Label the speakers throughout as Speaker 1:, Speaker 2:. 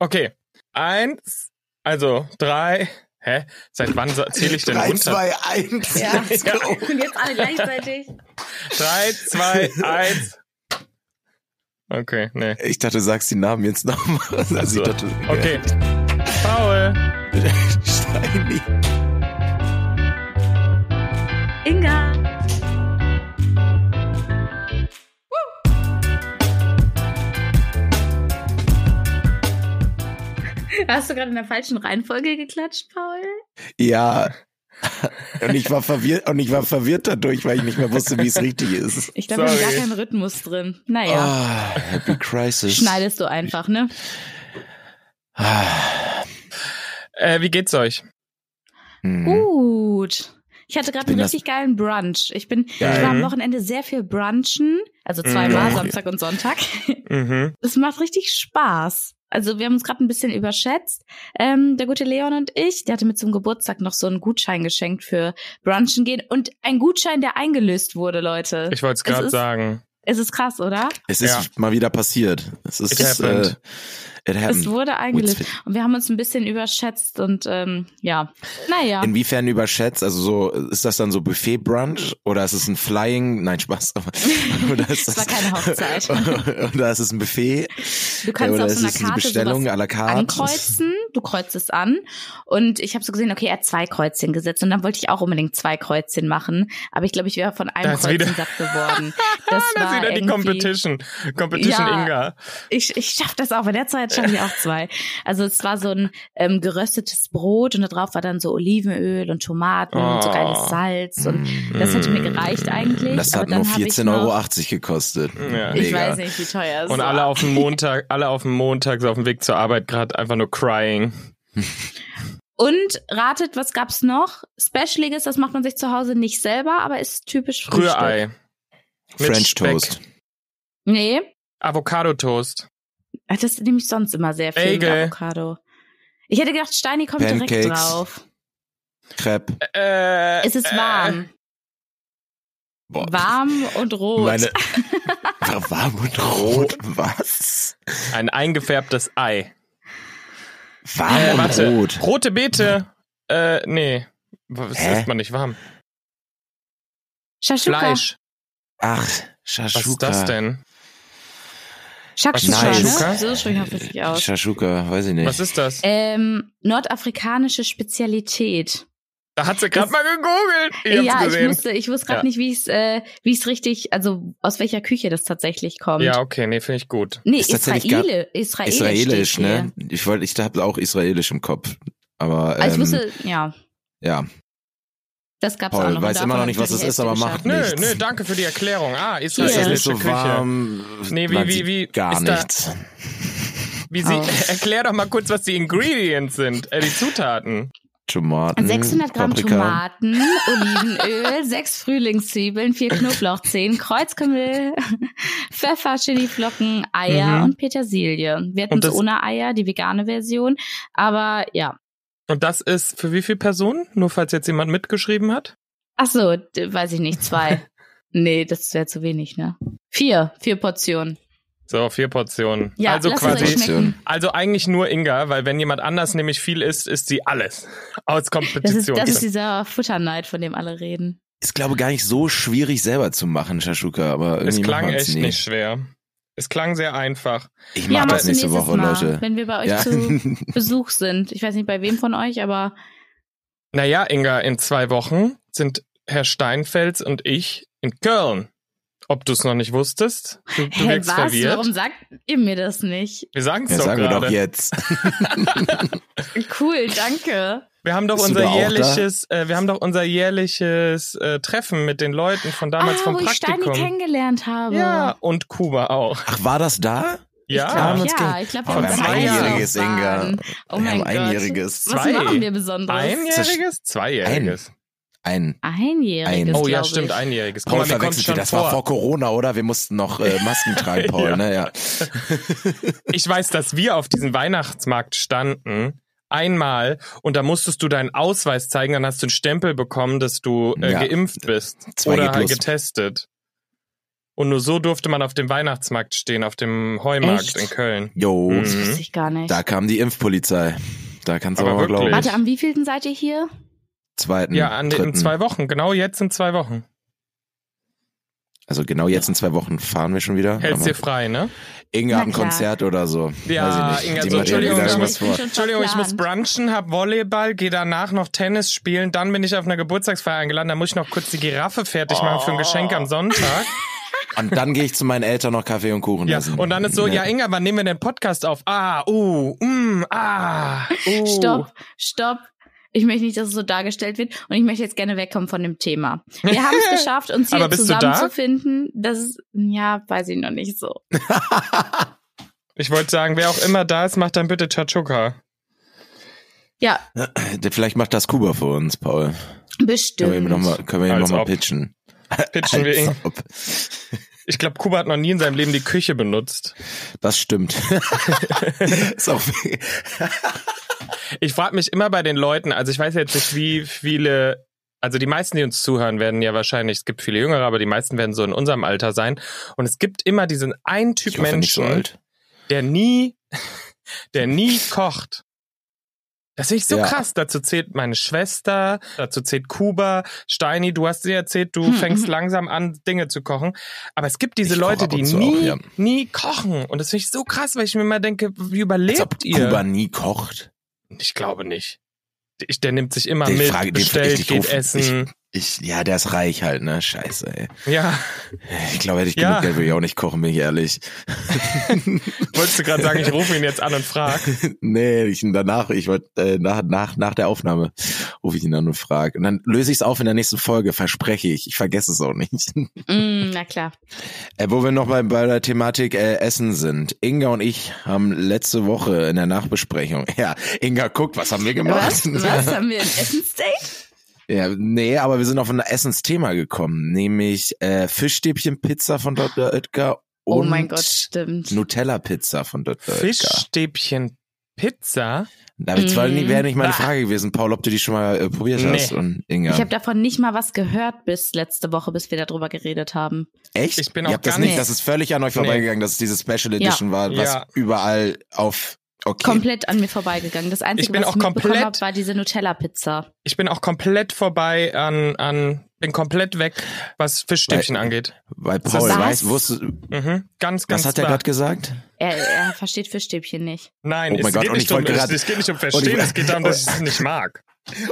Speaker 1: Okay. Eins, also drei. Hä? Seit wann so- zähle ich denn
Speaker 2: 3,
Speaker 1: runter?
Speaker 2: 2, 1.
Speaker 3: Ja.
Speaker 1: Ja.
Speaker 3: Und jetzt alle gleichzeitig.
Speaker 1: Drei, zwei, eins. Okay, nee.
Speaker 2: Ich dachte, du sagst die Namen jetzt nochmal.
Speaker 1: Also,
Speaker 2: ich dachte,
Speaker 1: Okay. Paul.
Speaker 2: Steini.
Speaker 3: Inga. Hast du gerade in der falschen Reihenfolge geklatscht, Paul?
Speaker 2: Ja. Und ich war verwirrt, und ich war verwirrt dadurch, weil ich nicht mehr wusste, wie es richtig ist.
Speaker 3: Ich glaube, wir haben
Speaker 1: Sorry.
Speaker 3: gar keinen Rhythmus drin. Naja,
Speaker 2: Ah, happy Crisis.
Speaker 3: schneidest du einfach, ne?
Speaker 2: Ah,
Speaker 1: Äh, wie geht's euch?
Speaker 2: hm.
Speaker 3: Uh. Gut. Ich hatte gerade
Speaker 2: bin
Speaker 3: einen
Speaker 2: das-
Speaker 3: richtig geilen Brunch. Ich bin, ich
Speaker 2: Geil.
Speaker 3: war am Wochenende sehr viel brunchen, also zweimal,
Speaker 2: Mhm.
Speaker 3: Samstag und Sonntag.
Speaker 1: Mhm.
Speaker 3: Es macht richtig Spaß. Also wir haben uns gerade ein bisschen überschätzt. Ähm, der gute Leon und ich, der hatte mir zum Geburtstag noch so einen Gutschein geschenkt für Brunchen gehen und ein Gutschein, der eingelöst wurde, Leute.
Speaker 1: Ich wollte es gerade
Speaker 3: ist-
Speaker 1: sagen.
Speaker 3: Es ist krass, oder?
Speaker 2: Es ist
Speaker 1: Ja.
Speaker 2: mal wieder passiert. Es ist,
Speaker 1: It happened.
Speaker 2: Äh, it
Speaker 3: Es
Speaker 2: happened.
Speaker 3: wurde eingelöst. Und wir haben uns ein bisschen überschätzt und ähm, ja, naja.
Speaker 2: Inwiefern überschätzt? Also so, ist das dann so Buffet-Brunch oder ist es ein Flying? Nein, Spaß. Aber- Oder ist
Speaker 3: Es war keine Hochzeit.
Speaker 2: oder ist es ein Buffet?
Speaker 3: Du kannst
Speaker 2: oder
Speaker 3: auf
Speaker 2: ist
Speaker 3: so einer
Speaker 2: es eine
Speaker 3: Karte
Speaker 2: Bestellung
Speaker 3: sowas
Speaker 2: à la carte?
Speaker 3: ankreuzen, du kreuzt es an und ich habe so gesehen, okay, er hat zwei Kreuzchen gesetzt und dann wollte ich auch unbedingt zwei Kreuzchen machen, aber ich glaube, ich wäre von einem
Speaker 1: Da ist wieder-
Speaker 3: Kreuzchen satt geworden. Das
Speaker 1: Ah, das
Speaker 3: war
Speaker 1: ist wieder die
Speaker 3: irgendwie-
Speaker 1: Competition. Competition
Speaker 3: Ja.
Speaker 1: Inga.
Speaker 3: Ich, ich schaff das auch, bei der Zeit schaffe ich auch zwei. Also es war so ein ähm, geröstetes Brot und da drauf war dann so Olivenöl und Tomaten und so
Speaker 1: Oh.
Speaker 3: geiles Salz und
Speaker 2: Mm.
Speaker 3: das hätte mir gereicht eigentlich.
Speaker 2: Das
Speaker 3: aber
Speaker 2: hat
Speaker 3: dann
Speaker 2: nur
Speaker 3: hab ich
Speaker 2: 14,80
Speaker 3: noch-
Speaker 2: Euro gekostet.
Speaker 1: Ja.
Speaker 3: Ich
Speaker 2: Mega.
Speaker 3: weiß nicht, wie teuer es
Speaker 1: Und
Speaker 3: war.
Speaker 1: alle auf dem Montag, alle auf dem Montag so auf dem Weg zur Arbeit gerade einfach nur crying.
Speaker 3: Und ratet, was gab's noch? Specialiges, das macht man sich zu Hause nicht selber, aber ist typisch Frühstück.
Speaker 1: Rührei. Mit
Speaker 2: French
Speaker 1: Speck.
Speaker 2: Toast.
Speaker 3: Nee,
Speaker 1: Avocado Toast.
Speaker 3: ach, das nehme ich sonst immer sehr viel mit
Speaker 1: Bagel.
Speaker 3: Avocado. Ich hätte gedacht, Steini kommt direkt
Speaker 2: Pancakes.
Speaker 3: drauf.
Speaker 2: Crepe.
Speaker 1: Äh,
Speaker 3: Es ist warm.
Speaker 2: Boah.
Speaker 3: Warm und rot.
Speaker 2: Meine, warm und rot. Was?
Speaker 1: Äh, ein eingefärbtes Ei.
Speaker 2: Warm
Speaker 1: Äh,
Speaker 2: und
Speaker 1: warte.
Speaker 2: rot.
Speaker 1: Rote Beete. Äh, nee. Was
Speaker 2: Hä?
Speaker 1: isst man nicht warm?
Speaker 3: Shashuka.
Speaker 1: Fleisch.
Speaker 2: Ach,
Speaker 1: Was
Speaker 2: Shashuka.
Speaker 1: ist das denn?
Speaker 3: Shakshuka,
Speaker 2: Was ist
Speaker 3: ne?
Speaker 1: Shakshuka?
Speaker 3: So spricht man das richtig aus.
Speaker 2: Shashuka, weiß ich nicht.
Speaker 1: Was ist das?
Speaker 3: Ähm, nordafrikanische Spezialität.
Speaker 1: Da hat sie gerade
Speaker 3: das-
Speaker 1: mal gegoogelt. Ich hab's
Speaker 3: ja, ich
Speaker 1: gesehen.
Speaker 3: musste, ich wusste gerade
Speaker 1: Ja.
Speaker 3: nicht, wie es, äh, wie es richtig, also aus welcher Küche das tatsächlich kommt.
Speaker 1: ja, okay, nee, finde ich gut.
Speaker 3: Nee,
Speaker 2: Ist tatsächlich gar-
Speaker 3: Israele, Israelisch.
Speaker 2: Israelisch,
Speaker 3: steht hier.
Speaker 2: ne? Ich wollte, ich habe auch israelisch im Kopf. Aber ähm,
Speaker 3: Also ich wusste, ja,
Speaker 2: ja,
Speaker 3: das gab's auch
Speaker 2: Paul
Speaker 3: noch. und
Speaker 2: weiß
Speaker 3: davon
Speaker 2: immer noch
Speaker 3: hab
Speaker 2: nicht,
Speaker 3: ich
Speaker 2: was es
Speaker 3: die
Speaker 2: ist,
Speaker 3: Hälfte
Speaker 2: aber
Speaker 3: geschafft.
Speaker 2: macht
Speaker 1: Nö,
Speaker 2: nichts.
Speaker 1: nö, danke für die Erklärung. Ah,
Speaker 2: ist das
Speaker 3: Hier.
Speaker 2: nicht
Speaker 1: israelische
Speaker 2: so
Speaker 1: Küche.
Speaker 2: warm?
Speaker 1: Nee, wie-
Speaker 2: Man
Speaker 1: wie-
Speaker 2: sieht
Speaker 1: wie-
Speaker 2: gar
Speaker 1: ist da-
Speaker 2: nichts.
Speaker 1: Wie sie,
Speaker 3: Oh.
Speaker 1: Erklär doch mal kurz, was die Ingredients sind, äh, die Zutaten.
Speaker 2: Tomaten,
Speaker 3: 600 Gramm
Speaker 2: Paprika.
Speaker 3: Tomaten, Olivenöl, sechs Frühlingszwiebeln, vier Knoblauch, zehn Kreuzkümmel, Pfeffer, Chiliflocken, Eier
Speaker 1: Mhm.
Speaker 3: und Petersilie. Wir hatten
Speaker 1: Und
Speaker 3: es
Speaker 1: das-
Speaker 3: ohne Eier, die vegane Version, aber ja.
Speaker 1: Und das ist für wie viele Personen? Nur falls jetzt jemand mitgeschrieben hat?
Speaker 3: Ach so, d- weiß ich nicht, zwei. nee, das wäre zu wenig, ne? Vier, vier Portionen.
Speaker 1: So, vier Portionen.
Speaker 3: Ja,
Speaker 1: also
Speaker 3: lasst es euch
Speaker 1: quasi,
Speaker 3: schmecken.
Speaker 1: also eigentlich nur Inga, weil wenn jemand anders nämlich viel isst, ist sie alles. Aus
Speaker 3: Das ist,
Speaker 1: Kompetition.
Speaker 3: das ist dieser Futterneid, von dem alle reden.
Speaker 2: Ist, glaube gar nicht so schwierig selber zu machen, Shashuka, aber irgendwie
Speaker 1: es klang
Speaker 2: macht man's
Speaker 1: echt
Speaker 2: nie.
Speaker 1: nicht schwer. Es klang sehr einfach.
Speaker 2: Ich mach das
Speaker 1: halt
Speaker 3: machst du
Speaker 2: nächste
Speaker 3: nächstes
Speaker 2: Woche,
Speaker 3: Mal,
Speaker 2: Leute.
Speaker 3: Wenn wir bei euch
Speaker 2: Ja.
Speaker 3: zu Besuch sind. Ich weiß nicht, bei wem von euch, aber
Speaker 1: Naja, Inga, in zwei Wochen sind Herr Steinfels und ich in Köln. Ob du es noch nicht wusstest? Du, du
Speaker 3: hey,
Speaker 1: wirkst
Speaker 3: was?
Speaker 1: verwirrt.
Speaker 3: Warum sagt ihr mir das nicht?
Speaker 1: Wir sagen es
Speaker 2: Ja,
Speaker 1: doch
Speaker 2: sagen wir
Speaker 1: gerade.
Speaker 2: doch jetzt.
Speaker 3: Cool, danke.
Speaker 1: Wir haben doch
Speaker 2: Bist du
Speaker 1: unser
Speaker 2: da auch
Speaker 1: jährliches, äh, wir haben doch unser jährliches äh, Treffen mit den Leuten von damals
Speaker 3: ah,
Speaker 1: vom
Speaker 3: wo ich Steini
Speaker 1: Praktikum.
Speaker 3: kennengelernt habe.
Speaker 1: Ja, und Kuba auch.
Speaker 2: Ach, war das da?
Speaker 3: Ich
Speaker 1: Ja,
Speaker 2: haben
Speaker 3: glaub,
Speaker 2: uns
Speaker 3: ja, ich glaube, wir
Speaker 2: Oh,
Speaker 3: haben
Speaker 1: wir haben
Speaker 3: zwei
Speaker 2: einjähriges,
Speaker 3: noch
Speaker 2: Inga.
Speaker 3: waren. Oh
Speaker 2: wir
Speaker 3: mein
Speaker 2: haben
Speaker 3: Gott.
Speaker 2: einjähriges.
Speaker 3: Was
Speaker 1: Zwei.
Speaker 3: machen wir besonderes?
Speaker 1: einjähriges, zweijähriges.
Speaker 2: Ein. Ein.
Speaker 3: Einjähriges.
Speaker 1: Oh ja,
Speaker 3: glaub ich.
Speaker 1: stimmt, einjähriges. Guck
Speaker 2: Paul
Speaker 1: mal, mir kommt's
Speaker 2: verwechselt die.
Speaker 1: schon
Speaker 2: Das war
Speaker 1: vor.
Speaker 2: vor Corona, oder? Wir mussten noch äh, Masken tragen, Paul,
Speaker 1: Ja.
Speaker 2: ne? Ja.
Speaker 1: Ich weiß, dass wir auf diesem Weihnachtsmarkt standen. Einmal und da musstest du deinen Ausweis zeigen, dann hast du einen Stempel bekommen, dass du äh,
Speaker 2: Ja.
Speaker 1: geimpft bist
Speaker 2: 2G+.
Speaker 1: oder halt getestet Und nur so durfte man auf dem Weihnachtsmarkt stehen, auf dem Heumarkt
Speaker 3: Echt?
Speaker 1: in Köln.
Speaker 2: Jo,
Speaker 1: Mhm.
Speaker 3: Das wusste ich gar nicht.
Speaker 2: da kam die Impfpolizei. Da kannst du
Speaker 1: Aber
Speaker 2: aber,
Speaker 1: wirklich?
Speaker 2: glauben.
Speaker 3: Warte, am wievielten seid ihr hier?
Speaker 2: Zweiten,
Speaker 1: Ja, an, in
Speaker 2: dritten.
Speaker 1: zwei Wochen, genau jetzt in zwei Wochen.
Speaker 2: Also genau jetzt in zwei Wochen fahren wir schon wieder.
Speaker 1: Hältst
Speaker 2: Aber
Speaker 1: dir frei, ne?
Speaker 2: Inge hat ein
Speaker 3: Na klar.
Speaker 2: Konzert oder so.
Speaker 1: Ja,
Speaker 2: Weiß ich nicht.
Speaker 1: Inga,
Speaker 2: Die
Speaker 1: so,
Speaker 2: macht irgendwie
Speaker 1: Entschuldigung,
Speaker 2: da
Speaker 1: ich
Speaker 2: irgendwas
Speaker 1: muss-
Speaker 2: vor.
Speaker 3: schon
Speaker 1: Entschuldigung, ich muss
Speaker 3: verplant.
Speaker 1: brunchen, hab Volleyball, gehe danach noch Tennis spielen, dann bin ich auf einer Geburtstagsfeier eingeladen, da muss ich noch kurz die Giraffe fertig machen für ein Geschenk
Speaker 3: Oh.
Speaker 1: am Sonntag.
Speaker 2: Und dann gehe ich zu meinen Eltern noch Kaffee und Kuchen
Speaker 1: Ja,
Speaker 2: essen.
Speaker 1: und dann ist so, ja, Inga, wann nehmen wir den Podcast auf? Ah, uh, mm, ah, uh.
Speaker 3: Stopp, stopp. Ich möchte nicht, dass es so dargestellt wird und ich möchte jetzt gerne wegkommen von dem Thema. Wir haben es geschafft, uns hier
Speaker 1: Aber bist du da?
Speaker 3: zusammenzufinden. Das ist, ja, weiß ich noch nicht so.
Speaker 1: Ich wollte sagen, wer auch immer da ist, macht dann bitte Chachuka.
Speaker 3: Ja,
Speaker 2: Äh, Vielleicht macht das Kuba für uns, Paul. Können wir ihm
Speaker 3: bestimmt.
Speaker 2: nochmal, können wir ihm
Speaker 1: Als
Speaker 2: nochmal
Speaker 1: ob.
Speaker 2: pitchen.
Speaker 1: Pitchen wir ihn.
Speaker 2: Als ob.
Speaker 1: Ich glaube, Kuba hat noch nie in seinem Leben die Küche benutzt.
Speaker 2: Das stimmt. ist auch,
Speaker 1: Ich frage mich immer bei den Leuten, also ich weiß jetzt nicht, wie viele, also die meisten, die uns zuhören, werden ja wahrscheinlich, es gibt viele Jüngere, aber die meisten werden so in unserem Alter sein. Und es gibt immer diesen einen Typ
Speaker 2: ich hoffe nicht so
Speaker 1: Menschen,
Speaker 2: alt.
Speaker 1: der nie, der nie kocht. Das finde ich so
Speaker 2: Ja.
Speaker 1: krass. Dazu zählt meine Schwester, dazu zählt Kuba, Steini, du hast dir erzählt, du
Speaker 3: Hm,
Speaker 1: fängst
Speaker 3: mhm.
Speaker 1: langsam an, Dinge zu kochen. Aber es gibt diese
Speaker 2: Ich koch
Speaker 1: Leute,
Speaker 2: ab und
Speaker 1: die
Speaker 2: zu
Speaker 1: nie,
Speaker 2: auch, ja.
Speaker 1: nie kochen. Und das finde ich so krass, weil ich mir immer denke, wie
Speaker 2: Als
Speaker 1: überlebt
Speaker 2: ob
Speaker 1: ihr?
Speaker 2: Kuba nie kocht.
Speaker 1: Ich glaube nicht. Ich, der nimmt sich immer
Speaker 2: Die
Speaker 1: mit,
Speaker 2: Frage- die-
Speaker 1: bestellt,
Speaker 2: ich- ich
Speaker 1: geht
Speaker 2: ruf-
Speaker 1: essen.
Speaker 2: Ich, ja, der ist reich halt, ne? Scheiße, ey.
Speaker 1: ja,
Speaker 2: Ich glaube, hätte ich
Speaker 1: Ja.
Speaker 2: genug Geld, würde ich auch nicht kochen, bin ich ehrlich.
Speaker 1: wolltest du gerade sagen, ich rufe ihn jetzt an und
Speaker 2: Äh,
Speaker 1: frage.
Speaker 2: Nee, ich danach, ich wollte äh, nach, nach, nach der Aufnahme rufe ich ihn an und frage. Und dann löse ich es auf in der nächsten Folge, verspreche ich. Ich vergesse es auch nicht.
Speaker 3: Mm, na klar.
Speaker 2: Äh, wo wir noch bei, bei der Thematik äh, Essen sind. Inga und ich haben letzte Woche in der Nachbesprechung. Ja, Inga guckt, was haben wir gemacht?
Speaker 3: Was? Was? Haben wir ein Essensdate?
Speaker 2: Ja, nee, aber wir sind auf ein Essensthema gekommen, nämlich äh, Fischstäbchenpizza von Dr. Oetker
Speaker 3: Oh
Speaker 2: und
Speaker 3: mein Gott, stimmt.
Speaker 2: Nutella-Pizza von Dr. Oetker.
Speaker 1: Fischstäbchen Pizza?
Speaker 2: Da hab ich zwar
Speaker 3: Mm.
Speaker 2: nie, wäre nicht meine
Speaker 1: Bah.
Speaker 2: Frage gewesen, Paul, ob du die schon mal äh, probiert
Speaker 1: Nee.
Speaker 2: hast und Inga.
Speaker 3: Ich habe davon nicht mal was gehört bis letzte Woche, bis wir darüber geredet haben.
Speaker 2: Echt?
Speaker 1: Ich bin
Speaker 2: Ihr
Speaker 1: auch
Speaker 2: habt das
Speaker 1: gar
Speaker 2: nicht,
Speaker 3: nicht-
Speaker 2: das ist völlig an euch vorbeigegangen, dass es diese Special Edition war, was
Speaker 1: Ja.
Speaker 2: überall auf okay.
Speaker 3: Komplett an mir vorbeigegangen. Das Einzige,
Speaker 1: Ich bin
Speaker 3: was
Speaker 1: auch
Speaker 3: ich mitbekommen
Speaker 1: komplett-
Speaker 3: habe, war diese Nutella-Pizza.
Speaker 1: Ich bin auch komplett vorbei an, an bin komplett weg, was Fischstäbchen
Speaker 2: Weil-
Speaker 1: angeht.
Speaker 2: Weil Paul
Speaker 3: Was?
Speaker 2: weiß, wusste,
Speaker 1: Mhm. Ganz, ganz
Speaker 2: was hat er
Speaker 1: klar.
Speaker 2: gerade gesagt?
Speaker 3: Er, er versteht Fischstäbchen nicht.
Speaker 1: Nein,
Speaker 2: Oh mein
Speaker 1: es,
Speaker 2: Gott,
Speaker 1: geht
Speaker 2: und
Speaker 1: nicht
Speaker 2: ich wollte
Speaker 1: um, es,
Speaker 2: gerade-
Speaker 1: es geht nicht um
Speaker 2: ich-
Speaker 1: Verstehen, es geht darum, dass ich es nicht mag.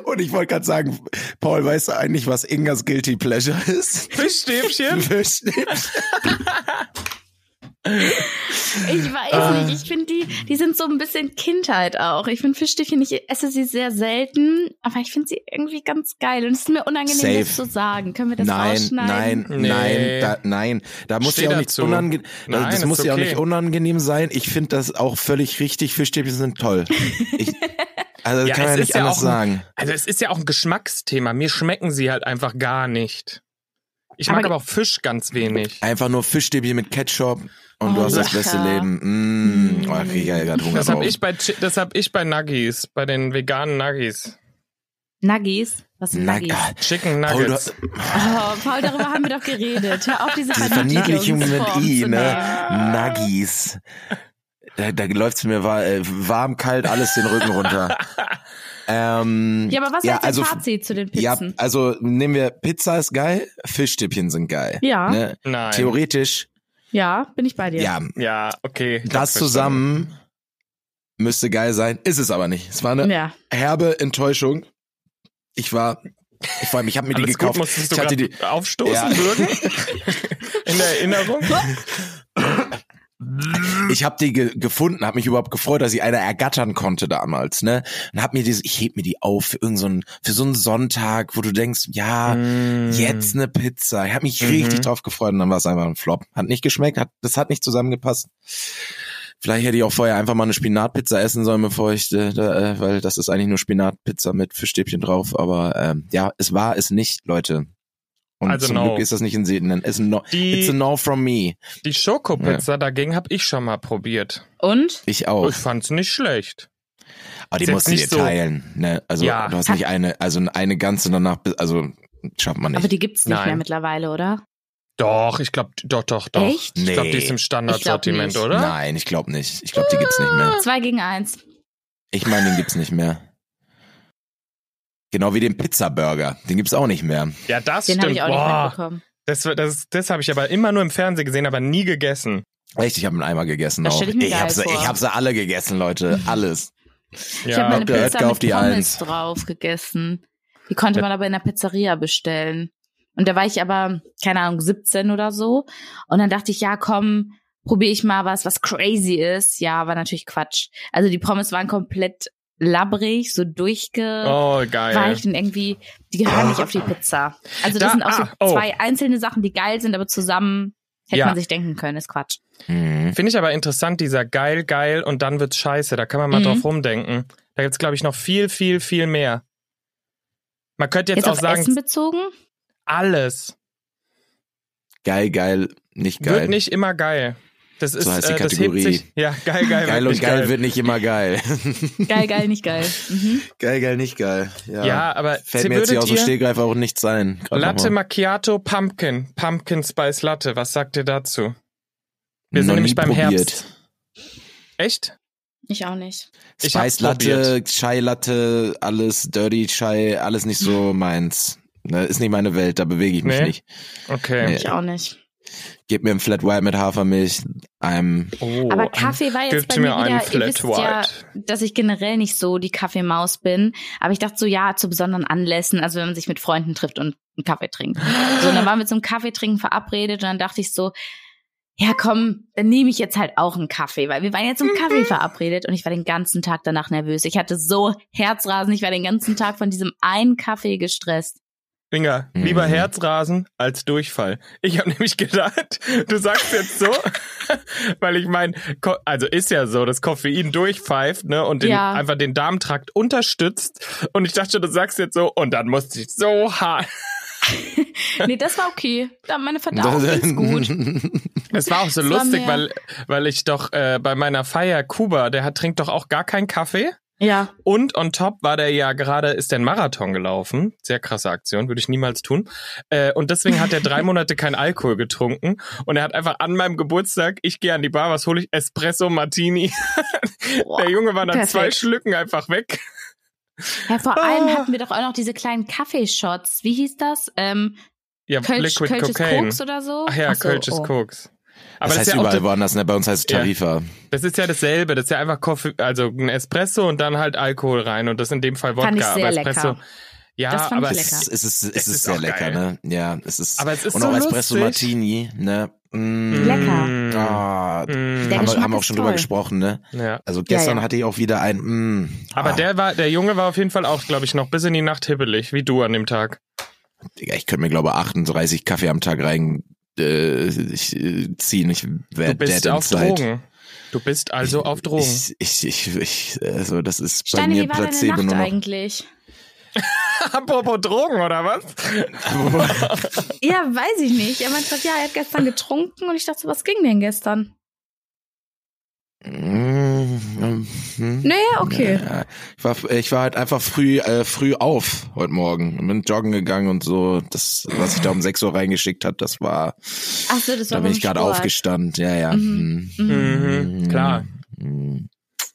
Speaker 2: Und ich wollte gerade sagen, Paul weiß eigentlich, was Ingas Guilty Pleasure ist.
Speaker 1: Fischstäbchen?
Speaker 3: Ich weiß
Speaker 2: Ah.
Speaker 3: nicht. Ich finde, die, die sind so ein bisschen Kindheit auch. Ich finde Fischstäbchen, ich esse sie sehr selten, aber ich finde sie irgendwie ganz geil. Und es ist mir unangenehm,
Speaker 2: Safe.
Speaker 3: das zu sagen. Können wir das
Speaker 2: Nein, nein,
Speaker 3: rausschneiden?
Speaker 1: Nee.
Speaker 2: nein, da, nein. Da muss
Speaker 1: Steh
Speaker 2: ja auch nichts
Speaker 1: dazu.
Speaker 2: unangenehm.
Speaker 1: Nein,
Speaker 2: Das
Speaker 1: ist
Speaker 2: muss ja auch
Speaker 1: okay.
Speaker 2: nicht unangenehm sein. Ich finde das auch völlig richtig. Fischstäbchen sind toll. Ich, also das
Speaker 1: Ja,
Speaker 2: kann man
Speaker 1: es
Speaker 2: ja
Speaker 1: ist
Speaker 2: nicht
Speaker 1: ja
Speaker 2: anders
Speaker 1: auch ein-
Speaker 2: sagen.
Speaker 1: Also es ist ja auch ein Geschmacksthema. Mir schmecken sie halt einfach gar nicht. Ich mag
Speaker 3: Aber-
Speaker 1: aber, auch Fisch ganz wenig.
Speaker 2: Einfach nur Fischstäbchen mit Ketchup und du
Speaker 3: Oh,
Speaker 2: hast das
Speaker 3: lecker.
Speaker 2: beste Leben.
Speaker 3: Mm.
Speaker 2: Mmh. Oh, ich krieg ja gerade Hunger
Speaker 1: Das habe
Speaker 2: drauf.
Speaker 1: ich bei Chi- das hab ich bei Nuggies, bei den veganen Nuggies.
Speaker 3: Nuggies? Was sind
Speaker 2: Na,
Speaker 3: Nuggies?
Speaker 2: ah,
Speaker 1: Chicken
Speaker 2: Paul, du,
Speaker 1: Nuggets.
Speaker 3: Oh, Paul, darüber haben wir doch geredet. Hör auf, diese,
Speaker 2: diese Verniedlichung mit
Speaker 3: Verniedlichungsform
Speaker 2: I,
Speaker 3: zu nehmen.
Speaker 2: ne? Nuggies. Da, da läuft's mir wa- äh, warm, kalt, alles den Rücken runter. ähm,
Speaker 3: Ja, aber was
Speaker 2: ja,
Speaker 3: heißt also,
Speaker 2: also,
Speaker 3: dein Fazit zu den
Speaker 2: Ja,
Speaker 3: Pizzen?
Speaker 2: also nehmen wir Pizza ist geil, Fischstäbchen sind geil.
Speaker 3: Ja.
Speaker 2: Ne?
Speaker 1: Nein.
Speaker 2: Theoretisch,
Speaker 3: Ja, bin ich bei dir.
Speaker 2: ja,
Speaker 1: Ja, okay. Ich
Speaker 2: das
Speaker 1: hab's
Speaker 2: zusammen müsste geil sein, ist es aber nicht. Es war eine
Speaker 3: Ja.
Speaker 2: herbe Enttäuschung. Ich war, ich vor allem, ich habe mir die
Speaker 1: verstanden. Alles gut,
Speaker 2: gekauft.
Speaker 1: musstest du
Speaker 2: ich hatte die,
Speaker 1: grad aufstoßen
Speaker 2: Ja.
Speaker 1: würgen? In der Erinnerung?
Speaker 2: ich habe die ge gefunden, habe mich überhaupt gefreut, dass ich eine ergattern konnte damals, ne? Und habe mir diese, ich heb mir die auf für irgend so einen, für so einen Sonntag, wo du denkst, ja, jetzt eine Pizza. Ich habe mich
Speaker 1: Mm. Mhm.
Speaker 2: richtig drauf gefreut und dann war es einfach ein Flop. Hat nicht geschmeckt, hat, das hat nicht zusammengepasst. Vielleicht hätte ich auch vorher einfach mal eine Spinatpizza essen sollen, bevor ich, äh, da, äh, weil das ist eigentlich nur Spinatpizza mit Fischstäbchen drauf. Aber ähm, ja, es war es nicht, Leute. Und
Speaker 1: Also
Speaker 2: zum
Speaker 1: no.
Speaker 2: Glück ist das nicht in Seden. It's a no,
Speaker 1: Die-
Speaker 2: it's a no from me.
Speaker 1: Die Schokopizza dagegen habe ich schon mal probiert.
Speaker 3: Und?
Speaker 2: Ich auch.
Speaker 1: Ich fand's nicht schlecht.
Speaker 2: Aber
Speaker 1: Ist
Speaker 2: Ah, die
Speaker 1: jetzt
Speaker 2: musst du dir
Speaker 1: nicht so-
Speaker 2: teilen. Ne? Also
Speaker 1: Ja.
Speaker 2: du hast nicht eine, also eine ganze danach, also schafft man nicht.
Speaker 3: Aber die gibt's nicht
Speaker 1: Nein.
Speaker 3: mehr mittlerweile, oder?
Speaker 1: Doch, ich glaube, doch, doch, doch.
Speaker 3: Echt?
Speaker 1: Ich glaube,
Speaker 2: Nee.
Speaker 1: die ist im
Speaker 3: Ich
Speaker 1: Standardsortiment,
Speaker 3: glaub
Speaker 1: oder?
Speaker 2: Nein, ich glaube nicht. Ich glaube, die gibt's nicht mehr.
Speaker 3: Zwei gegen eins.
Speaker 2: Ich meine, den gibt's nicht mehr. Genau wie den Pizza-Burger. Den gibt's auch nicht mehr.
Speaker 1: Ja, das
Speaker 3: Den habe
Speaker 1: stimmt.
Speaker 3: ich auch nicht
Speaker 1: Boah,
Speaker 3: mitbekommen.
Speaker 1: das, das, das habe ich aber immer nur im Fernsehen gesehen, aber nie gegessen.
Speaker 2: Echt, ich habe ihn einmal gegessen.
Speaker 3: Das
Speaker 2: auch.
Speaker 3: stell ich mir geil
Speaker 2: habe sie,
Speaker 3: vor.
Speaker 2: ich hab sie alle gegessen, Leute. Alles.
Speaker 1: Ja.
Speaker 3: Ich habe meine
Speaker 2: Dr.
Speaker 3: Pizza
Speaker 2: Oetker
Speaker 3: mit
Speaker 2: auf die
Speaker 3: Pommes
Speaker 2: Eins.
Speaker 3: drauf gegessen. Die konnte man aber in der Pizzeria bestellen. Und da war ich aber, keine Ahnung, 17 oder so. Und dann dachte ich, ja, komm, probiere ich mal was, was crazy ist. Ja, war natürlich Quatsch. Also die Pommes waren komplett labbrig, so durchgeweicht
Speaker 1: oh, geil.
Speaker 3: und irgendwie, die gehören nicht auf die Pizza. Also das
Speaker 1: Da-
Speaker 3: sind auch so
Speaker 1: ah, oh.
Speaker 3: zwei einzelne Sachen, die geil sind, aber zusammen hätte
Speaker 1: Ja.
Speaker 3: man sich denken können, ist Quatsch.
Speaker 2: Mhm.
Speaker 1: Finde ich aber interessant, dieser geil, geil und dann wird's scheiße. Da kann man mal
Speaker 3: Mhm.
Speaker 1: drauf rumdenken. Da gibt's, glaube ich, noch viel, viel, viel mehr. Man könnte jetzt,
Speaker 3: Jetzt,
Speaker 1: auch
Speaker 3: auf
Speaker 1: sagen,
Speaker 3: Essen bezogen?
Speaker 1: alles
Speaker 2: Geil, geil, nicht geil.
Speaker 1: wird nicht immer geil. Das ist
Speaker 2: heißt die
Speaker 1: äh,
Speaker 2: Kategorie.
Speaker 1: Das hebt sich, ja, geil, geil,
Speaker 2: geil
Speaker 1: wird
Speaker 2: und
Speaker 1: nicht
Speaker 2: geil,
Speaker 1: geil
Speaker 2: wird nicht immer geil.
Speaker 3: Geil, geil, nicht geil. Mhm.
Speaker 2: geil, geil, nicht geil.
Speaker 1: Ja, aber
Speaker 2: Fällt
Speaker 1: sie
Speaker 2: mir
Speaker 1: würdet
Speaker 2: jetzt hier aus dem
Speaker 1: ihr
Speaker 2: Stehgreif auch nichts sein. Grad
Speaker 1: Latte
Speaker 2: nochmal.
Speaker 1: Macchiato Pumpkin, Pumpkin Spice Latte. Was sagt ihr dazu? Wir sind
Speaker 2: Noch
Speaker 1: nämlich
Speaker 2: nie
Speaker 1: beim
Speaker 2: probiert.
Speaker 1: Herbst. Echt?
Speaker 3: Ich auch nicht.
Speaker 1: Ich hab's
Speaker 2: Spice Latte,
Speaker 1: probiert.
Speaker 2: Chai Latte, alles Dirty Chai, alles nicht so meins. Ne, ist nicht meine Welt, da bewege ich mich
Speaker 1: Nee.
Speaker 2: nicht.
Speaker 1: Okay.
Speaker 2: Nee.
Speaker 3: Ich auch nicht.
Speaker 2: Gib mir ein Flat White mit Hafermilch, einem
Speaker 1: Oh,
Speaker 3: Aber
Speaker 1: ein-
Speaker 3: Kaffee war jetzt
Speaker 1: Dürft
Speaker 3: bei
Speaker 1: ihr
Speaker 3: mir
Speaker 1: mir einen
Speaker 3: wieder, ihr
Speaker 1: Flat
Speaker 3: wisst ja,
Speaker 1: White?
Speaker 3: dass ich generell nicht so die Kaffeemaus bin. Aber ich dachte so, ja, zu besonderen Anlässen, also wenn man sich mit Freunden trifft und einen Kaffee trinkt. So, und dann waren wir zum Kaffeetrinken verabredet und dann dachte ich so, ja komm, dann nehme ich jetzt halt auch einen Kaffee, weil wir waren ja zum
Speaker 1: Mhm.
Speaker 3: Kaffee verabredet und ich war den ganzen Tag danach nervös. Ich hatte so Herzrasen, ich war den ganzen Tag von diesem einen Kaffee gestresst.
Speaker 1: Inga, lieber
Speaker 2: Mhm.
Speaker 1: Herzrasen als Durchfall. Ich habe nämlich gedacht, du sagst jetzt so, weil ich meine, also ist ja so, dass Koffein durchpfeift, ne, und den,
Speaker 3: Ja.
Speaker 1: einfach den Darmtrakt unterstützt. Und ich dachte, du sagst jetzt so, und dann musste ich so hart.
Speaker 3: Nee, das war okay. Da Meine Verdauung ist gut.
Speaker 1: Es war auch so
Speaker 3: Es war
Speaker 1: lustig,
Speaker 3: mehr-
Speaker 1: weil, weil ich doch äh, bei meiner Feier Kuba, der hat, trinkt doch auch gar keinen Kaffee.
Speaker 3: Ja.
Speaker 1: Und on top war der ja gerade, ist der ein Marathon gelaufen. Sehr krasse Aktion, würde ich niemals tun. Äh, und deswegen hat er drei Monate kein Alkohol getrunken. Und er hat einfach an meinem Geburtstag, ich gehe an die Bar, was hole ich? Espresso Martini.
Speaker 3: Boah.
Speaker 1: Der Junge war nach
Speaker 3: perfekt.
Speaker 1: zwei Schlücken einfach weg.
Speaker 3: Ja, vor allem
Speaker 1: Ah.
Speaker 3: hatten wir doch auch noch diese kleinen Kaffeeshots. Wie hieß das? Ähm,
Speaker 1: Ja,
Speaker 3: Kölsch,
Speaker 1: Liquid
Speaker 3: Kölsches
Speaker 1: Cocaine.
Speaker 3: Koks oder so?
Speaker 1: Ach ja,
Speaker 3: so, oh.
Speaker 1: Kölsches Koks. Aber
Speaker 2: das
Speaker 1: das,
Speaker 2: heißt
Speaker 1: ist ja auch,
Speaker 2: überall
Speaker 1: das,
Speaker 2: woanders, ne? bei uns heißt es
Speaker 1: Ja.
Speaker 2: Tarifa.
Speaker 1: das ist ja dasselbe. Das ist ja einfach Koffee, also ein Espresso und dann halt Alkohol rein. Und das in dem Fall Wodka.
Speaker 3: Fand ich sehr
Speaker 1: aber
Speaker 3: lecker.
Speaker 1: Espresso. Ja,
Speaker 3: Das fand ich
Speaker 1: aber
Speaker 2: Es,
Speaker 3: lecker.
Speaker 2: ist- es ist, es
Speaker 1: Es
Speaker 2: ist,
Speaker 1: ist
Speaker 2: sehr
Speaker 1: auch
Speaker 2: lecker,
Speaker 1: geil.
Speaker 2: ne? Ja, es ist.
Speaker 1: Aber es ist
Speaker 2: und
Speaker 1: so
Speaker 2: auch
Speaker 1: lustig.
Speaker 2: Espresso Martini, ne? Mm.
Speaker 3: Lecker.
Speaker 2: Ah,
Speaker 1: Mm.
Speaker 2: haben,
Speaker 3: Der
Speaker 2: wir-
Speaker 3: Geschmack
Speaker 2: haben wir auch
Speaker 3: ist
Speaker 2: schon
Speaker 3: toll.
Speaker 2: drüber gesprochen, ne?
Speaker 1: Ja.
Speaker 2: Also gestern
Speaker 3: ja.
Speaker 2: hatte ich auch wieder ein. Mm.
Speaker 1: Aber
Speaker 2: ah,
Speaker 1: der war, der Junge war auf jeden Fall auch, glaube ich, noch bis in die Nacht hibbelig, wie du an dem Tag.
Speaker 2: Digga, ich könnte mir, glaube ich, 38 Kaffee am Tag rein äh, ich, äh, ziehen. Ich
Speaker 1: Du
Speaker 2: wäre
Speaker 1: bist
Speaker 2: dead
Speaker 1: auf
Speaker 2: inside.
Speaker 1: Drogen. Du bist also auf Drogen.
Speaker 2: Ich, ich, ich, ich, also das ist bei
Speaker 3: Steine,
Speaker 2: mir
Speaker 3: wie war deine
Speaker 2: Placebo
Speaker 3: Nacht
Speaker 2: nur noch.
Speaker 3: eigentlich?
Speaker 1: Apropos Drogen, oder was?
Speaker 3: Ja, weiß ich nicht. Er meinte, ja, er hat gestern getrunken und ich dachte, so, was ging denn gestern?
Speaker 2: Mm, mm,
Speaker 3: Naja, okay.
Speaker 2: Ja, ich, war, ich war halt einfach früh, äh, früh auf heute Morgen. Bin joggen gegangen und so. Das, was ich da um 6 Uhr reingeschickt habe, das war.
Speaker 3: Ach so, das
Speaker 2: da
Speaker 3: war
Speaker 2: bin
Speaker 3: beim
Speaker 2: ich gerade
Speaker 3: Sport.
Speaker 2: aufgestanden. Ja, ja.
Speaker 3: Mhm.
Speaker 2: mm.
Speaker 1: Mhm, klar.
Speaker 2: Mm.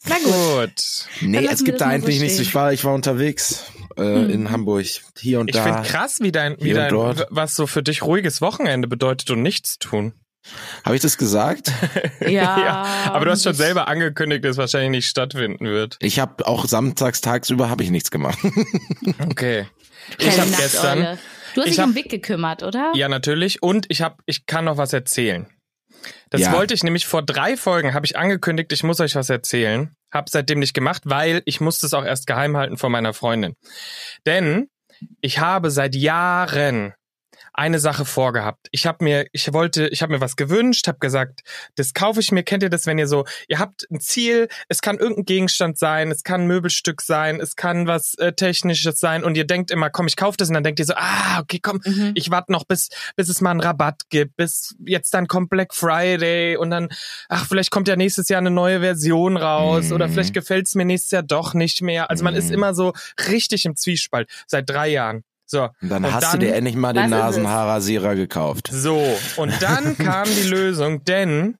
Speaker 3: Na gut.
Speaker 1: Gut.
Speaker 2: Nee,
Speaker 3: lassen
Speaker 2: es
Speaker 3: wir
Speaker 2: gibt
Speaker 3: das
Speaker 2: da
Speaker 3: mal so
Speaker 2: eigentlich nichts.
Speaker 3: stehen.
Speaker 2: Ich war, ich war unterwegs äh,
Speaker 3: Mhm.
Speaker 2: in Hamburg. Hier und
Speaker 1: Ich
Speaker 2: da.
Speaker 1: finde krass, wie dein, wie
Speaker 2: Hier und
Speaker 1: dein,
Speaker 2: dort.
Speaker 1: was so für dich ruhiges Wochenende bedeutet und nichts tun.
Speaker 2: Habe ich das gesagt?
Speaker 3: Ja.
Speaker 1: Aber du hast schon selber angekündigt, dass es wahrscheinlich nicht stattfinden wird.
Speaker 2: Ich habe auch samstags tagsüber habe ich nichts gemacht.
Speaker 1: Okay.
Speaker 3: Kleine
Speaker 1: Ich habe
Speaker 3: Nachteule.
Speaker 1: gestern,
Speaker 3: Du hast
Speaker 1: ich
Speaker 3: dich um
Speaker 1: hab-
Speaker 3: Wick gekümmert, oder?
Speaker 1: ja natürlich, und ich habe, ich kann noch was erzählen. Das
Speaker 2: Ja.
Speaker 1: wollte ich nämlich vor drei Folgen habe ich angekündigt, ich muss euch was erzählen. Hab seitdem nicht gemacht, weil ich musste es auch erst geheim halten vor meiner Freundin. Denn ich habe seit Jahren eine Sache vorgehabt. Ich habe mir, ich wollte, ich habe mir was gewünscht, habe gesagt, das kaufe ich mir. Kennt ihr das, wenn ihr so, ihr habt ein Ziel, es kann irgendein Gegenstand sein, es kann ein Möbelstück sein, es kann was äh, Technisches sein und ihr denkt immer, komm, ich kaufe das und dann denkt ihr so, ah, okay, komm,
Speaker 3: Mhm.
Speaker 1: ich warte noch, bis, bis es mal einen Rabatt gibt, bis jetzt dann kommt Black Friday und dann, ach, vielleicht kommt ja nächstes Jahr eine neue Version raus
Speaker 2: Mhm.
Speaker 1: oder vielleicht gefällt es mir nächstes Jahr doch nicht mehr. Also man
Speaker 2: Mhm.
Speaker 1: ist immer so richtig im Zwiespalt seit drei Jahren. So,
Speaker 2: Und dann
Speaker 1: Und
Speaker 2: hast
Speaker 1: dann-
Speaker 2: du dir endlich mal den
Speaker 3: Was ist es?
Speaker 2: Nasenhaarrasierer gekauft.
Speaker 1: so. Und dann kam die Lösung, denn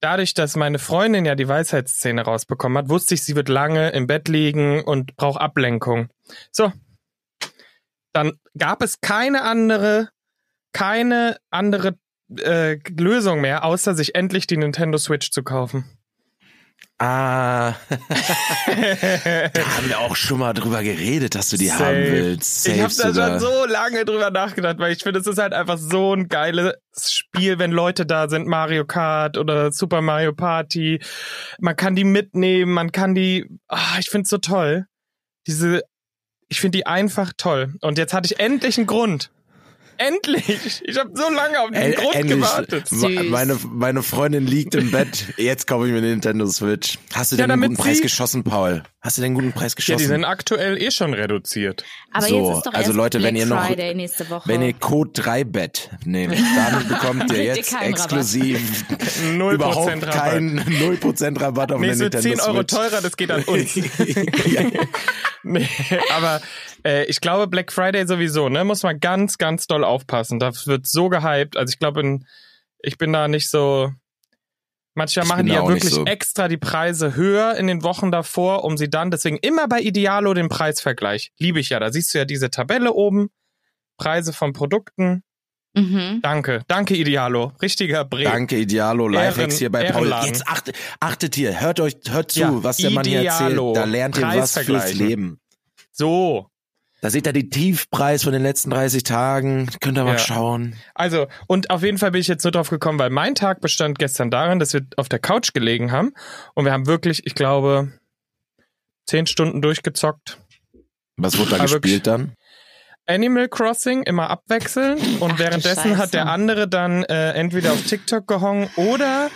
Speaker 1: dadurch, dass meine Freundin ja die Weisheitszähne rausbekommen hat, wusste ich, sie wird lange im Bett liegen und braucht Ablenkung. So. Dann gab es keine andere, keine andere äh, Lösung mehr, außer sich endlich die Nintendo Switch zu kaufen.
Speaker 2: Ah, da haben wir auch schon mal drüber geredet, dass du die
Speaker 1: Safe.
Speaker 2: haben willst.
Speaker 1: Ich habe da schon
Speaker 2: sogar.
Speaker 1: so lange drüber nachgedacht, weil ich finde, es ist halt einfach so ein geiles Spiel, wenn Leute da sind, Mario Kart oder Super Mario Party. Man kann die mitnehmen, man kann die. Ah, ich finde es so toll. Diese, ich finde die einfach toll. Und jetzt hatte ich endlich einen Grund. Endlich! Ich habe so lange auf diesen
Speaker 2: Ä-
Speaker 1: Grund
Speaker 2: endlich.
Speaker 1: gewartet.
Speaker 2: Me-
Speaker 3: Süß.
Speaker 2: Meine, meine Freundin liegt im Bett. Jetzt kaufe ich mir eine Nintendo Switch. Hast du
Speaker 1: Ja,
Speaker 2: denn einen
Speaker 1: damit
Speaker 2: guten Preis
Speaker 1: sie-
Speaker 2: geschossen, Paul? Hast du denn einen guten Preis
Speaker 1: Ja,
Speaker 2: geschossen?
Speaker 1: die sind aktuell eh schon reduziert.
Speaker 3: Aber
Speaker 2: So,
Speaker 3: jetzt ist doch
Speaker 2: also
Speaker 3: erst
Speaker 2: Leute,
Speaker 3: Black
Speaker 2: wenn ihr noch-
Speaker 3: Friday nächste Woche.
Speaker 2: Wenn ihr Code 3 Bett nehmt, dann bekommt ihr
Speaker 3: Kriegt ihr
Speaker 2: jetzt
Speaker 3: keinen Rabatt.
Speaker 2: exklusiv
Speaker 1: 0%
Speaker 2: überhaupt
Speaker 1: Rabatt.
Speaker 2: keinen 0% Rabatt auf
Speaker 1: Nee,
Speaker 2: eine
Speaker 1: es wird
Speaker 2: Nintendo
Speaker 1: 10 Euro
Speaker 2: Switch.
Speaker 1: teurer, das geht an uns.
Speaker 2: ja,
Speaker 1: Nee, aber äh, ich glaube, Black Friday sowieso, ne? Muss man ganz, ganz doll aufpassen. Das wird so gehypt. Also ich glaube, in- ich bin da nicht so. Manchmal
Speaker 2: Ich
Speaker 1: machen
Speaker 2: bin
Speaker 1: die
Speaker 2: da
Speaker 1: ja
Speaker 2: auch nicht
Speaker 1: wirklich
Speaker 2: so.
Speaker 1: extra die Preise höher in den Wochen davor, um sie dann, deswegen immer bei Idealo den Preisvergleich. Liebe ich ja. Da siehst du ja diese Tabelle oben. Preise von Produkten.
Speaker 3: mhm.
Speaker 1: Danke. Danke, Idealo. Richtiger Bre.
Speaker 2: Danke, Idealo. Lifehacks
Speaker 1: Ehren-
Speaker 2: hier bei Paul.
Speaker 1: Ehrenladen.
Speaker 2: Jetzt achtet, achtet hier, hört euch, hört zu,
Speaker 1: Ja,
Speaker 2: was der Mann hier erzählt.
Speaker 1: Idealo.
Speaker 2: Da lernt ihr was fürs
Speaker 1: Preisvergleichen.
Speaker 2: Leben.
Speaker 1: So.
Speaker 2: Da seht ihr den Tiefpreis von den letzten 30 Tagen. Könnt ihr mal
Speaker 1: Ja.
Speaker 2: schauen.
Speaker 1: Also, und auf jeden Fall bin ich jetzt nur drauf gekommen, weil mein Tag bestand gestern darin, dass wir auf der Couch gelegen haben und wir haben wirklich, ich glaube, zehn Stunden durchgezockt.
Speaker 2: Was wurde da
Speaker 1: Aber wirklich-
Speaker 2: gespielt dann?
Speaker 1: Animal Crossing immer abwechselnd und
Speaker 3: Ach du
Speaker 1: währenddessen
Speaker 3: Scheiße.
Speaker 1: hat der andere dann äh, entweder auf TikTok gehongen oder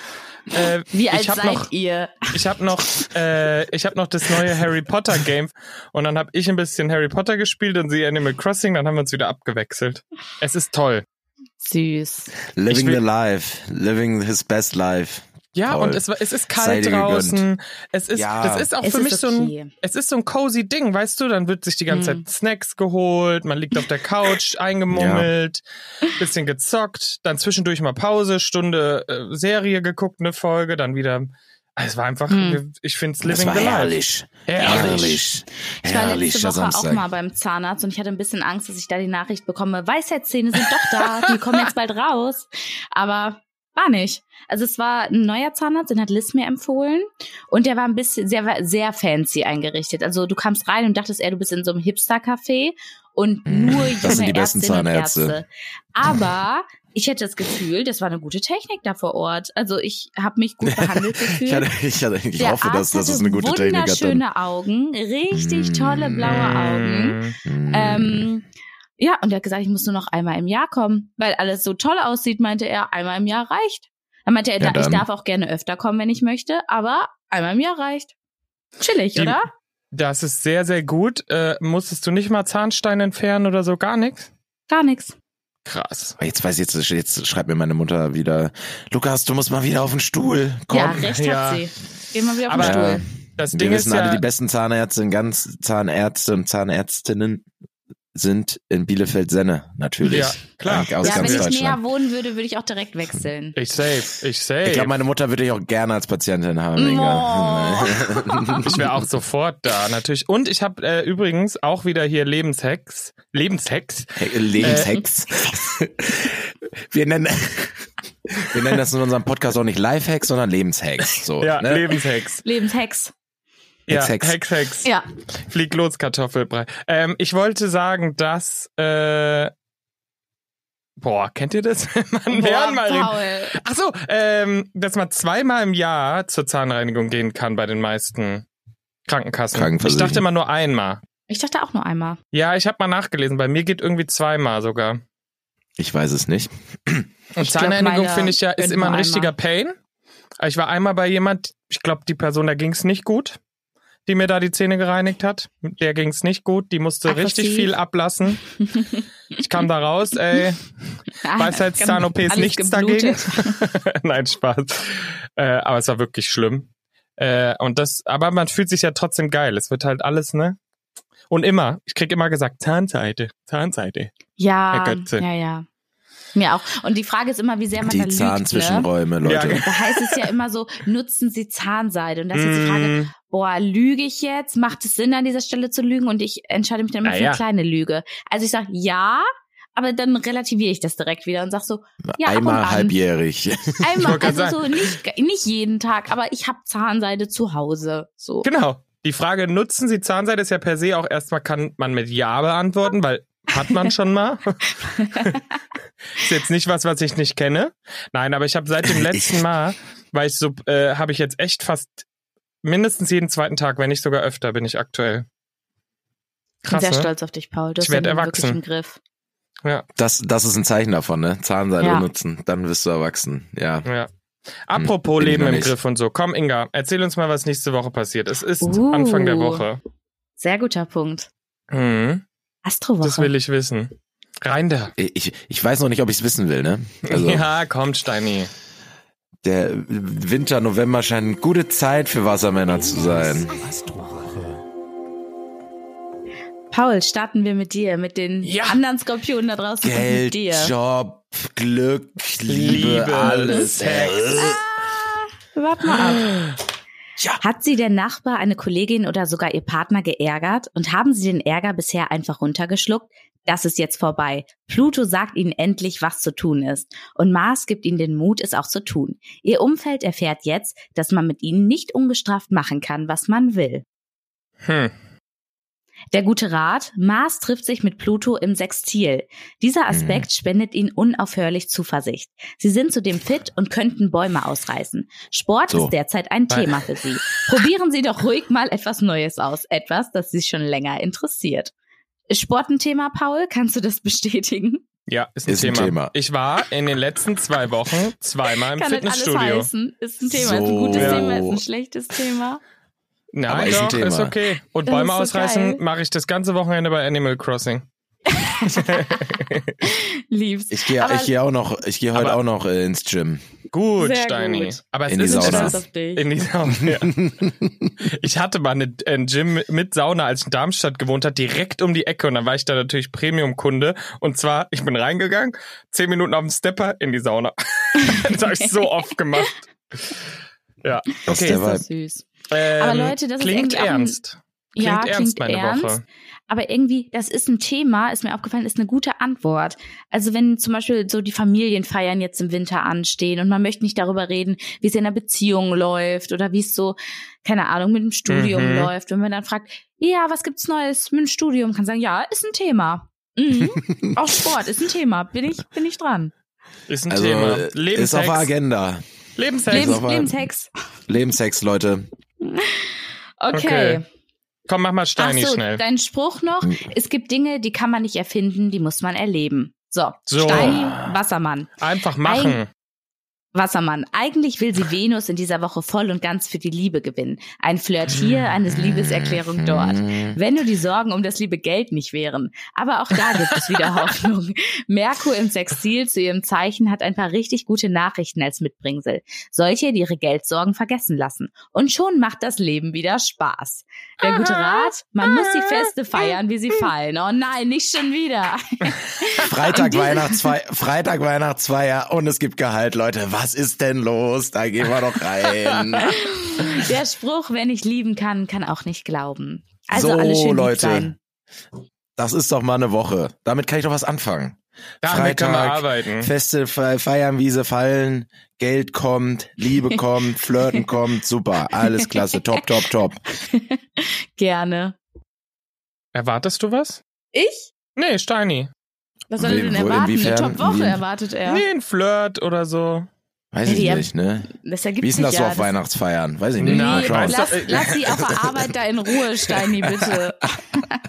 Speaker 1: äh,
Speaker 3: Wie alt
Speaker 1: ich habe
Speaker 3: seid
Speaker 1: noch
Speaker 3: ihr?
Speaker 1: ich habe noch äh, ich habe noch das neue Harry Potter Game und dann habe ich ein bisschen Harry Potter gespielt und sie Animal Crossing, dann haben wir uns wieder abgewechselt. Es ist toll.
Speaker 3: Süß.
Speaker 2: Living
Speaker 1: will-
Speaker 2: the life. Living his best life.
Speaker 1: Ja,
Speaker 2: Toll.
Speaker 1: und es, war- es ist
Speaker 2: Sei
Speaker 1: kalt
Speaker 2: dir gegönnt.
Speaker 1: draußen. Es ist,
Speaker 2: Ja.
Speaker 1: das ist auch
Speaker 3: Es
Speaker 1: für mich
Speaker 3: ist
Speaker 1: so ein,
Speaker 3: okay.
Speaker 1: es ist so ein cozy Ding, weißt du? Dann wird sich die ganze
Speaker 3: Hm.
Speaker 1: Zeit Snacks geholt, man liegt auf der Couch, eingemummelt, bisschen gezockt, dann zwischendurch mal Pause, Stunde äh, Serie geguckt, eine Folge, dann wieder. Also, Es war einfach,
Speaker 3: Hm.
Speaker 1: ich find's
Speaker 2: Das
Speaker 1: living
Speaker 2: war
Speaker 1: the life.
Speaker 2: herrlich.
Speaker 1: Herrlich.
Speaker 2: Herrlich.
Speaker 3: Ich war
Speaker 2: Herrlicher
Speaker 3: letzte Woche
Speaker 2: Samstag.
Speaker 3: auch mal beim Zahnarzt und ich hatte ein bisschen Angst, dass ich da die Nachricht bekomme, Weisheitszähne sind doch da, die kommen jetzt bald raus. Aber war nicht. Also es war ein neuer Zahnarzt, den hat Liz mir empfohlen und der war ein bisschen sehr, war sehr fancy eingerichtet. Also du kamst rein und dachtest, ey, du bist in so einem Hipster-Café und
Speaker 2: Mm,
Speaker 3: nur junge
Speaker 2: das sind die besten
Speaker 3: Ärztinnen und
Speaker 2: Zahnärzte.
Speaker 3: Ärzte. Aber ich hätte das Gefühl, das war eine gute Technik da vor Ort. Also ich habe mich gut behandelt gefühlt.
Speaker 2: Ich, hatte, ich, hatte, ich
Speaker 3: Der
Speaker 2: hoffe, dass,
Speaker 3: Arzt
Speaker 2: dass es
Speaker 3: hatte
Speaker 2: eine gute Technik hat. Dann.
Speaker 3: also Wunderschöne Augen, richtig
Speaker 2: Mm.
Speaker 3: tolle blaue Augen.
Speaker 1: Mm.
Speaker 2: Hm.
Speaker 3: Ähm, ja, und er hat gesagt, ich muss nur noch einmal im Jahr kommen, weil alles so toll aussieht, meinte er, einmal im Jahr reicht. Dann meinte er,
Speaker 2: Ja,
Speaker 3: ich
Speaker 2: dann.
Speaker 3: darf auch gerne öfter kommen, wenn ich möchte, aber einmal im Jahr reicht. Chillig,
Speaker 1: Die-
Speaker 3: oder?
Speaker 1: Das ist sehr, sehr gut. Äh, musstest du nicht mal Zahnstein entfernen oder so? Gar nichts?
Speaker 3: Gar nichts.
Speaker 1: Krass.
Speaker 2: Jetzt weiß ich, jetzt, jetzt schreibt mir meine Mutter wieder, Lukas, du musst mal wieder auf den Stuhl. Komm.
Speaker 3: Ja, recht
Speaker 1: ja.
Speaker 3: hat sie. Gehen wir wieder auf den
Speaker 1: Aber-
Speaker 2: Ja,
Speaker 3: Stuhl.
Speaker 1: Das
Speaker 2: wir
Speaker 1: Ding
Speaker 2: wissen
Speaker 1: ist ja,
Speaker 2: alle, die besten Zahnärzte und ganz Zahnärzte und Zahnärztinnen sind in Bielefeld-Senne, natürlich.
Speaker 1: Ja, klar.
Speaker 2: Aus
Speaker 3: ja,
Speaker 2: ganz
Speaker 3: wenn ich
Speaker 2: Deutschland.
Speaker 3: näher wohnen würde, würde ich auch direkt wechseln.
Speaker 1: Ich safe, ich safe.
Speaker 2: Ich glaube, meine Mutter würde ich auch gerne als Patientin haben. Inga.
Speaker 1: Ich wäre auch sofort da, natürlich. Und ich habe äh, übrigens auch wieder hier Lebenshacks. Lebenshacks?
Speaker 2: Hey, Lebenshex.
Speaker 1: Äh.
Speaker 2: wir, nennen, wir nennen das in unserem Podcast auch nicht Lifehacks, sondern Lebenshacks. So,
Speaker 1: Ja,
Speaker 2: ne?
Speaker 1: Lebenshacks.
Speaker 3: Lebenshex.
Speaker 1: Ja,
Speaker 2: Hex,
Speaker 1: Hex,
Speaker 2: Hex.
Speaker 1: Hex.
Speaker 3: Ja.
Speaker 1: Flieg los, Kartoffelbrei. Ähm, ich wollte sagen, dass... Äh, boah, kennt ihr das? Wenn Man
Speaker 3: Boah,
Speaker 1: lernt mal den...
Speaker 3: Paul.
Speaker 1: Ach so, ähm, dass man zweimal im Jahr zur Zahnreinigung gehen kann bei den meisten Krankenkassen. Ich
Speaker 2: Krankenversicherung.
Speaker 1: dachte immer nur einmal.
Speaker 3: Ich dachte auch nur einmal.
Speaker 1: Ja, ich habe mal nachgelesen. Bei mir geht irgendwie zweimal sogar.
Speaker 2: Ich weiß es nicht.
Speaker 1: Und
Speaker 3: Ich glaub,
Speaker 1: Zahnreinigung
Speaker 3: meiner
Speaker 1: finde ich ja, ist
Speaker 3: gönnt
Speaker 1: immer ein
Speaker 3: nur
Speaker 1: richtiger
Speaker 3: einmal.
Speaker 1: Pain. Ich war einmal bei jemand, ich glaube, die Person, da ging es nicht gut, die mir da die Zähne gereinigt hat. Der ging es nicht gut, die musste richtig
Speaker 3: Aggressiv.
Speaker 1: viel ablassen. Ich kam da raus, ey, Weisheitszahn-OP ist
Speaker 3: Ah, Alles
Speaker 1: nichts
Speaker 3: geblutet.
Speaker 1: dagegen. Nein, Spaß. Äh, aber es war wirklich schlimm. Äh, und das, aber man fühlt sich ja trotzdem geil. Es wird halt alles, ne? Und immer, ich krieg immer gesagt, Zahnseite, Zahnseite.
Speaker 3: Ja,
Speaker 1: Herr Götze.
Speaker 3: ja, ja. Mir auch. Und die Frage ist immer, wie sehr man da
Speaker 2: Die
Speaker 3: lügt. Ne?
Speaker 2: Zahnzwischenräume,
Speaker 1: Ja,
Speaker 2: Leute.
Speaker 1: genau.
Speaker 3: Da heißt es ja immer so, nutzen Sie Zahnseide. Und das ist jetzt die Frage,
Speaker 1: Mm,
Speaker 3: boah, lüge ich jetzt? Macht es Sinn, an dieser Stelle zu lügen? Und ich entscheide mich dann immer
Speaker 1: Ah,
Speaker 3: für eine
Speaker 1: ja.
Speaker 3: kleine Lüge. Also ich sage ja, aber dann relativiere ich das direkt wieder und sag so, Ja, ab und
Speaker 2: Einmal
Speaker 3: an.
Speaker 2: halbjährig.
Speaker 3: einmal,
Speaker 1: wollte gerade
Speaker 3: also so nicht, nicht jeden Tag, aber ich habe Zahnseide zu Hause. So.
Speaker 1: genau. Die Frage, nutzen Sie Zahnseide, ist ja per se auch erstmal, kann man mit Ja beantworten, weil hat man schon mal. ist jetzt nicht was, was ich nicht kenne. Nein, aber ich habe seit dem letzten Mal, weil ich so, äh, habe ich jetzt echt fast mindestens jeden zweiten Tag, wenn nicht sogar öfter, bin ich aktuell.
Speaker 3: Ich bin
Speaker 1: Krass,
Speaker 3: sehr
Speaker 1: ne?
Speaker 3: stolz auf dich, Paul. Du
Speaker 1: Ich
Speaker 3: hast
Speaker 1: werd
Speaker 3: den
Speaker 1: erwachsen.
Speaker 3: wirklich im Griff.
Speaker 2: Das, das ist ein Zeichen davon, ne? Zahnseide
Speaker 3: Ja.
Speaker 2: benutzen, dann wirst du erwachsen. Ja.
Speaker 1: Ja. Apropos
Speaker 2: bin ich
Speaker 1: Leben
Speaker 2: noch
Speaker 1: im
Speaker 2: nicht.
Speaker 1: Griff und so. Komm, Inga, erzähl uns mal, was nächste Woche passiert. Es ist
Speaker 3: Uh.
Speaker 1: Anfang der Woche.
Speaker 3: Sehr guter Punkt.
Speaker 1: Mhm.
Speaker 3: Astrowoche.
Speaker 1: Das will ich wissen. Rein da.
Speaker 2: Ich, ich weiß noch nicht, ob ich es wissen will, ne? Also
Speaker 1: Ja, kommt, Steini.
Speaker 2: der Winter, November scheint eine gute Zeit für Wassermänner zu sein.
Speaker 3: Paul, starten wir mit dir, mit den
Speaker 1: Ja.
Speaker 3: anderen Skorpionen da draußen und mit
Speaker 2: Geld,
Speaker 3: dir.
Speaker 2: Job, Glück, Liebe,
Speaker 1: Liebe,
Speaker 2: alles.
Speaker 1: Sex.
Speaker 3: Warte mal ab.
Speaker 2: Ja.
Speaker 3: Hat Sie der Nachbar, eine Kollegin oder sogar Ihr Partner geärgert und haben Sie den Ärger bisher einfach runtergeschluckt? Das ist jetzt vorbei. Pluto sagt Ihnen endlich, was zu tun ist. Und Mars gibt Ihnen den Mut, es auch zu tun. Ihr Umfeld erfährt jetzt, dass man mit Ihnen nicht ungestraft machen kann, was man will.
Speaker 1: Hm.
Speaker 3: Der gute Rat, Mars trifft sich mit Pluto im Sextil. Dieser Aspekt spendet ihnen unaufhörlich Zuversicht. Sie sind zudem fit und könnten Bäume ausreißen. Sport
Speaker 2: So.
Speaker 3: ist derzeit ein
Speaker 1: Weil-
Speaker 3: Thema für sie. Probieren Sie doch ruhig mal etwas Neues aus. Etwas, das Sie schon länger interessiert. Ist Sport ein Thema, Paul? Kannst du das bestätigen?
Speaker 1: Ja, ist ein,
Speaker 2: Ist ein
Speaker 1: Thema.
Speaker 2: Thema.
Speaker 1: Ich war in den letzten zwei Wochen zweimal im
Speaker 3: Kann das alles
Speaker 1: Fitnessstudio.
Speaker 3: heißen? Ist ein Thema. Ist ein
Speaker 2: So.
Speaker 3: gutes
Speaker 1: Ja.
Speaker 3: Thema, ist ein schlechtes Thema.
Speaker 1: Nein,
Speaker 2: Aber ist ein
Speaker 1: doch,
Speaker 2: Thema.
Speaker 1: ist okay. Und
Speaker 3: Das
Speaker 1: Bäume
Speaker 3: ist so
Speaker 1: ausreißen
Speaker 3: geil.
Speaker 1: mache ich das ganze Wochenende bei Animal Crossing.
Speaker 3: Liebst.
Speaker 2: Ich gehe
Speaker 3: Aber-
Speaker 2: ich geh auch noch, ich gehe heute
Speaker 1: Aber-
Speaker 2: auch noch äh, ins Gym.
Speaker 1: Gut,
Speaker 3: Sehr
Speaker 1: Steini.
Speaker 3: gut.
Speaker 1: Aber es
Speaker 2: In die
Speaker 1: ist
Speaker 3: Ich bin
Speaker 2: Sauna.
Speaker 3: stolz
Speaker 1: Das,
Speaker 3: auf dich.
Speaker 1: in die Sauna. Ja. Ich hatte mal eine, äh, ein Gym mit Sauna, als ich in Darmstadt gewohnt hat, direkt um die Ecke. Und dann war ich da natürlich Premium-Kunde. Und zwar, ich bin reingegangen, zehn Minuten auf dem Stepper in die Sauna. das habe ich so oft gemacht. Ja,
Speaker 2: Das ist
Speaker 1: okay.
Speaker 2: der
Speaker 3: Das
Speaker 2: Vibe.
Speaker 3: ist so süß.
Speaker 1: Ähm,
Speaker 3: Aber Leute, das ist
Speaker 1: klingt
Speaker 3: irgendwie auch ein-
Speaker 1: ernst. Klingt
Speaker 3: ja,
Speaker 1: ernst,
Speaker 3: klingt
Speaker 1: meine
Speaker 3: ernst.
Speaker 1: Woche.
Speaker 3: Aber irgendwie, das ist ein Thema, ist mir aufgefallen, ist eine gute Antwort. Also wenn zum Beispiel so die Familienfeiern jetzt im Winter anstehen und man möchte nicht darüber reden, wie es in der Beziehung läuft oder wie es so, keine Ahnung, mit dem Studium
Speaker 1: Mhm.
Speaker 3: läuft. Wenn man dann fragt, ja, was gibt's Neues mit dem Studium? Kann sagen, ja, ist ein Thema. Mhm. Auch Sport ist ein Thema. Bin ich, bin ich dran.
Speaker 1: Ist ein
Speaker 2: Also,
Speaker 1: Thema.
Speaker 2: äh, ist auf der
Speaker 1: Lebenshex.
Speaker 2: Agenda.
Speaker 1: Lebenshex.
Speaker 2: Lebens-
Speaker 3: Lebens
Speaker 2: aber-
Speaker 3: Lebenshex.
Speaker 2: Lebenssex, Leute.
Speaker 3: Okay.
Speaker 1: Okay. Komm, mach mal
Speaker 3: Ach
Speaker 1: Steini
Speaker 3: so,
Speaker 1: schnell.
Speaker 3: dein Spruch noch. Es gibt Dinge, die kann man nicht erfinden, die muss man erleben. So,
Speaker 1: So.
Speaker 3: Steini, Wassermann.
Speaker 1: Einfach machen.
Speaker 3: Wassermann, eigentlich will sie Venus in dieser Woche voll und ganz für die Liebe gewinnen. Ein Flirt hier, eine Liebeserklärung dort.
Speaker 2: Mhm.
Speaker 3: Wenn nur die Sorgen um das liebe Geld nicht wären. Aber auch da gibt es wieder Hoffnung. Merkur im Sextil zu ihrem Zeichen hat ein paar richtig gute Nachrichten als Mitbringsel. Solche, die ihre Geldsorgen vergessen lassen. Und schon macht das Leben wieder Spaß. Der gute Rat, man muss die
Speaker 2: Ah.
Speaker 3: Feste feiern, wie
Speaker 2: Hm.
Speaker 3: sie fallen. Oh nein, nicht schon wieder.
Speaker 2: Freitag Weihnachtsfeier, Freitag Weihnachtsfeier und es gibt Gehalt, Leute. Was ist denn los? Da gehen wir doch rein.
Speaker 3: Der Spruch, wer nicht lieben kann, kann auch nicht glauben. Also
Speaker 2: So,
Speaker 3: alle schön
Speaker 2: Leute.
Speaker 3: Lieb sein.
Speaker 2: Das ist doch mal eine Woche. Damit kann ich doch was anfangen.
Speaker 1: Damit können wir
Speaker 2: Freitag,
Speaker 3: Mhm.
Speaker 1: arbeiten.
Speaker 2: Feste fe- feiern, Wiese fallen, Geld kommt, Liebe kommt, Flirten kommt, super, alles klasse, top, top, top.
Speaker 3: Gerne.
Speaker 1: Erwartest du was?
Speaker 3: Ich?
Speaker 1: Nee, Steini.
Speaker 3: Was soll er
Speaker 2: Wie-
Speaker 3: denn
Speaker 2: wo-
Speaker 3: erwarten? Eine
Speaker 2: inwiefern?
Speaker 3: Top-Woche
Speaker 2: Wie-
Speaker 3: erwartet er.
Speaker 1: Nee, ein Flirt oder so.
Speaker 2: Weiß ich
Speaker 3: Ja.
Speaker 2: nicht, ne?
Speaker 3: Das ergibt
Speaker 2: Wie ist denn das
Speaker 3: sich
Speaker 2: so
Speaker 3: ja.
Speaker 2: auf Weihnachtsfeiern? Weiß ich
Speaker 1: Nee,
Speaker 2: nicht.
Speaker 1: Na,
Speaker 3: Nee,
Speaker 2: Mal schauen.
Speaker 1: weißt du-
Speaker 3: lass, lass sie auf der Arbeit da in Ruhe, Steini, bitte.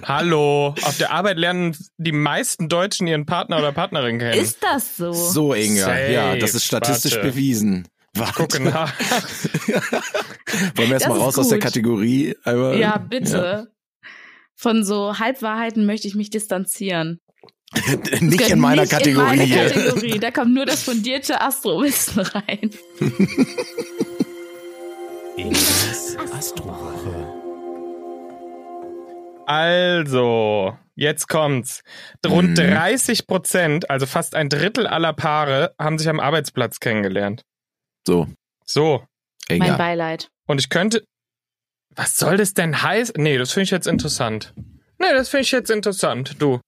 Speaker 1: Hallo. Auf der Arbeit lernen die meisten Deutschen ihren Partner oder Partnerin kennen.
Speaker 3: Ist das so?
Speaker 2: So, Inga,
Speaker 1: Safe,
Speaker 2: ja, das ist statistisch
Speaker 1: warte.
Speaker 2: bewiesen. Warte.
Speaker 1: Gucken nach.
Speaker 2: Wollen wir
Speaker 3: Das
Speaker 2: erst mal
Speaker 3: ist
Speaker 2: raus aus der
Speaker 3: gut.
Speaker 2: Kategorie? Aber,
Speaker 3: Ja, bitte. Von so Halbwahrheiten möchte ich mich distanzieren.
Speaker 2: Ja. Nicht in
Speaker 3: Gehört
Speaker 2: meiner
Speaker 3: nicht
Speaker 2: Kategorie.
Speaker 3: In meine Kategorie. Da kommt nur das fundierte Astrowissen rein.
Speaker 1: Also, jetzt kommt's. Rund
Speaker 2: Mhm.
Speaker 1: 30 Prozent, also fast ein Drittel aller Paare, haben sich am Arbeitsplatz kennengelernt.
Speaker 2: So,
Speaker 1: So.
Speaker 3: Mein
Speaker 2: egal.
Speaker 3: Beileid.
Speaker 1: Und ich könnte. Was soll das denn heißen? Nee, das finde ich jetzt interessant. Nee, das finde ich jetzt interessant, du.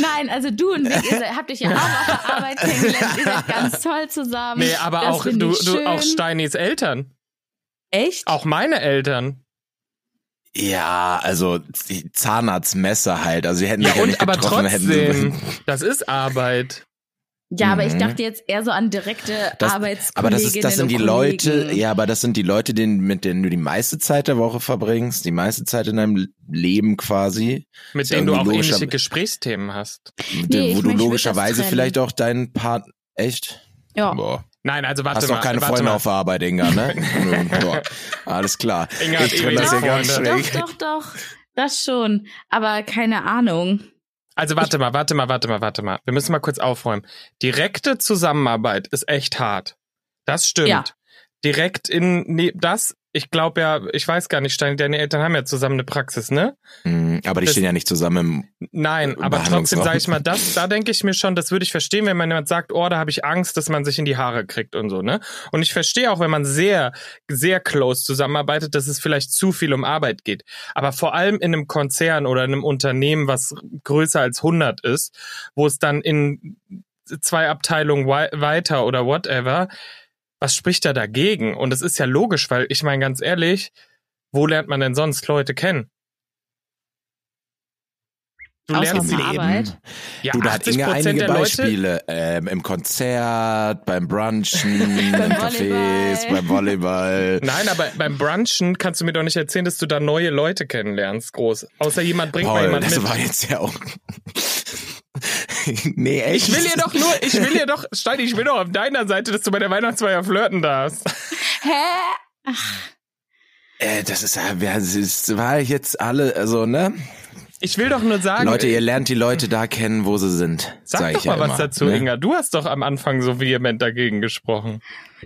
Speaker 3: Nein, also du und ich, ihr seid, habt euch ja auch auf der Arbeit kennengelernt. Ihr seid ganz toll zusammen.
Speaker 1: Nee, aber
Speaker 3: das
Speaker 1: auch
Speaker 3: find
Speaker 1: du,
Speaker 3: ich
Speaker 1: du, auch
Speaker 3: schön.
Speaker 1: Steinis Eltern.
Speaker 3: Echt?
Speaker 1: Auch meine Eltern.
Speaker 2: Ja, also die Zahnarztmesser halt. Also die hätten
Speaker 1: Ja,
Speaker 2: sich ja
Speaker 1: und
Speaker 2: nicht
Speaker 1: aber
Speaker 2: getroffen,
Speaker 1: trotzdem,
Speaker 2: hätten sie-
Speaker 1: das ist Arbeit.
Speaker 3: Ja, aber ich
Speaker 2: Mhm.
Speaker 3: dachte jetzt eher so an direkte
Speaker 2: Das-
Speaker 3: Arbeitskolleginnen
Speaker 2: Aber das ist, das sind die
Speaker 3: und
Speaker 2: Leute,
Speaker 3: Kollegen.
Speaker 2: ja, aber das sind die Leute, denen, mit denen du die meiste Zeit der Woche verbringst, die meiste Zeit in deinem Leben quasi,
Speaker 1: Mit
Speaker 2: Ist ja
Speaker 1: denen du auch
Speaker 2: irgendwie
Speaker 1: ähnliche
Speaker 2: logischer-
Speaker 1: Gesprächsthemen hast.
Speaker 3: Nee, ich
Speaker 2: wo
Speaker 3: mein,
Speaker 2: du
Speaker 3: ich würd das
Speaker 2: logischerweise
Speaker 3: trennen. Oh.
Speaker 2: vielleicht auch deinen Part, echt?
Speaker 3: Ja.
Speaker 2: Boah.
Speaker 1: Nein, also warte
Speaker 2: Hast
Speaker 1: mal.
Speaker 2: doch keine
Speaker 1: warte
Speaker 2: Freunde
Speaker 1: mal.
Speaker 2: auf der Arbeit, Inga, ne? Nö, Boah. Alles klar.
Speaker 1: Inga hat
Speaker 2: Ich
Speaker 1: eh
Speaker 2: trenn das
Speaker 1: wenig
Speaker 2: hier ganz
Speaker 1: Freunde.
Speaker 2: schräg.
Speaker 3: Doch, doch, doch. Das schon. Aber keine Ahnung.
Speaker 1: Also warte mal, warte mal, warte mal, warte mal. Wir müssen mal kurz aufräumen. Direkte Zusammenarbeit ist echt hart. Das stimmt.
Speaker 3: Ja.
Speaker 1: Direkt in nee, das, ich glaube ja, ich weiß gar nicht, Stein, deine Eltern haben ja zusammen eine Praxis, ne?
Speaker 2: Mhm, Aber die
Speaker 1: Das-
Speaker 2: stehen ja nicht zusammen
Speaker 1: Nein, aber
Speaker 2: Behandlungsraum.
Speaker 1: trotzdem sage ich mal, das, da denke ich mir schon, das würde ich verstehen, wenn man jemand sagt, oh, da habe ich Angst, dass man sich in die Haare kriegt und so, ne? Und ich verstehe auch, wenn man sehr, sehr close zusammenarbeitet, dass es vielleicht zu viel um Arbeit geht. Aber vor allem in einem Konzern oder in einem Unternehmen, was größer als 100 ist, wo es dann in zwei Abteilungen wei- weiter oder whatever, was spricht da dagegen? Und es ist ja logisch, weil ich meine ganz ehrlich, wo lernt man denn sonst Leute kennen? Du
Speaker 3: Außer
Speaker 1: lernst
Speaker 3: auf
Speaker 2: im
Speaker 3: der
Speaker 2: Leben.
Speaker 3: Arbeit.
Speaker 1: ja,
Speaker 2: Du, da hat
Speaker 1: 80
Speaker 2: Inga
Speaker 1: Prozent
Speaker 2: einige
Speaker 1: der Leute.
Speaker 2: Beispiele. Ähm, Im Konzert, beim Brunchen,
Speaker 3: Beim
Speaker 2: beim Cafés,
Speaker 3: Volleyball.
Speaker 2: beim Volleyball.
Speaker 1: Nein, aber beim Brunchen kannst du mir doch nicht erzählen, dass du da neue Leute kennenlernst, groß. Außer jemand bringt mal
Speaker 2: Paul,
Speaker 1: jemand
Speaker 2: das
Speaker 1: mit.
Speaker 2: war jetzt ja auch... nee, echt?
Speaker 1: Ich will dir doch nur, ich will dir doch, Stein, ich will doch auf deiner Seite, dass du bei der Weihnachtsfeier flirten darfst.
Speaker 3: Hä?
Speaker 2: Äh, das ist ja... wer- Das ist- war jetzt alle... Also, ne?
Speaker 1: Ich will doch nur sagen,
Speaker 2: Leute, ihr lernt die Leute da kennen, wo sie sind.
Speaker 1: sag
Speaker 2: sag
Speaker 1: doch
Speaker 2: ich
Speaker 1: mal
Speaker 2: ja
Speaker 1: was
Speaker 2: immer,
Speaker 1: dazu,
Speaker 2: ne?
Speaker 1: Inga. Du hast doch am Anfang so vehement dagegen gesprochen.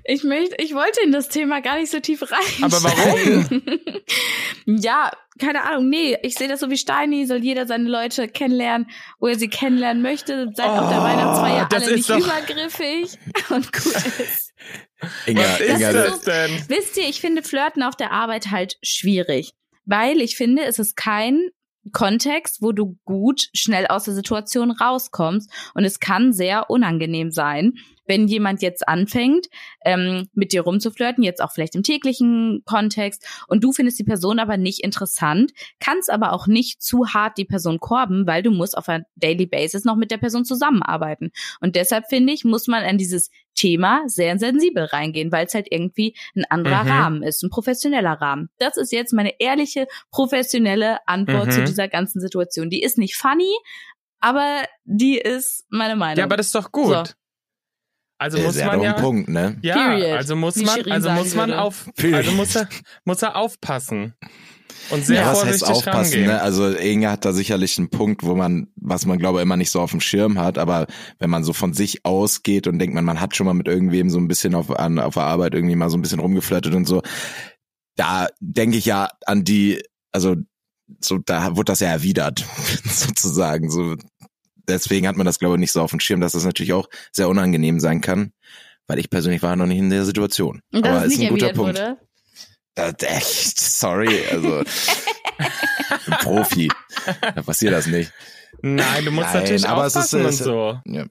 Speaker 3: Ich möchte, ich wollte in das Thema gar nicht so tief rein.
Speaker 1: Aber warum?
Speaker 3: ja, keine Ahnung. Nee, ich sehe das so wie Steini, soll jeder seine Leute kennenlernen, wo er sie kennenlernen möchte. Seid auf der
Speaker 1: Oh,
Speaker 3: Weihnachtsfeier
Speaker 1: das
Speaker 3: alle
Speaker 1: ist
Speaker 3: nicht
Speaker 1: doch-
Speaker 3: übergriffig und gut ist.
Speaker 2: Inga,
Speaker 1: was ist
Speaker 2: Inga,
Speaker 1: das denn?
Speaker 3: Wisst ihr, ich finde Flirten auf der Arbeit halt schwierig, weil ich finde, es ist kein Kontext, wo du gut schnell aus der Situation rauskommst und es kann sehr unangenehm sein, wenn jemand jetzt anfängt, ähm, mit dir rumzuflirten, jetzt auch vielleicht im täglichen Kontext und du findest die Person aber nicht interessant, kannst aber auch nicht zu hart die Person korben, weil du musst auf einer Daily Basis noch mit der Person zusammenarbeiten und deshalb finde ich, muss man an dieses Thema sehr sensibel reingehen, weil es halt irgendwie ein anderer
Speaker 1: Mhm.
Speaker 3: Rahmen ist, ein professioneller Rahmen. Das ist jetzt meine ehrliche, professionelle Antwort
Speaker 1: Mhm.
Speaker 3: zu dieser ganzen Situation. Die ist nicht funny, aber die ist meine Meinung.
Speaker 1: Ja, aber das ist doch gut.
Speaker 3: So.
Speaker 1: Also
Speaker 2: äh,
Speaker 1: muss
Speaker 2: sehr doch
Speaker 1: man
Speaker 2: ein
Speaker 1: ja.
Speaker 2: Punkt, ne?
Speaker 1: Ja,
Speaker 3: Period,
Speaker 1: also muss
Speaker 3: wie
Speaker 1: man,
Speaker 3: Shirin
Speaker 1: also
Speaker 3: sagen
Speaker 1: muss man
Speaker 3: würde.
Speaker 1: auf,
Speaker 2: Period.
Speaker 1: also muss er, muss er aufpassen und sehr
Speaker 2: ja, was heißt
Speaker 1: vorsichtig
Speaker 2: aufpassen?
Speaker 1: rangehen.
Speaker 2: Ne? Also Inga hat da sicherlich einen Punkt, wo man, was man glaube ich, immer nicht so auf dem Schirm hat, aber wenn man so von sich ausgeht und denkt man, man hat schon mal mit irgendwem so ein bisschen auf, an, auf der Arbeit irgendwie mal so ein bisschen rumgeflirtet und so, da denke ich ja an die, also so da wurde das ja erwidert sozusagen. So deswegen hat man das glaube ich nicht so auf dem Schirm, dass das natürlich auch sehr unangenehm sein kann, weil ich persönlich war noch nicht in der Situation.
Speaker 3: Und dass
Speaker 2: aber
Speaker 3: es
Speaker 2: ist
Speaker 3: nicht
Speaker 2: ein guter
Speaker 3: erwidert
Speaker 2: Punkt.
Speaker 3: wurde.
Speaker 2: Da- Echt, Äh, sorry, also ein Profi. Da passiert das nicht.
Speaker 1: Nein, du musst
Speaker 2: Nein,
Speaker 1: natürlich
Speaker 2: aber es ist-
Speaker 1: aufpassen
Speaker 2: es-
Speaker 1: und so.
Speaker 2: ja.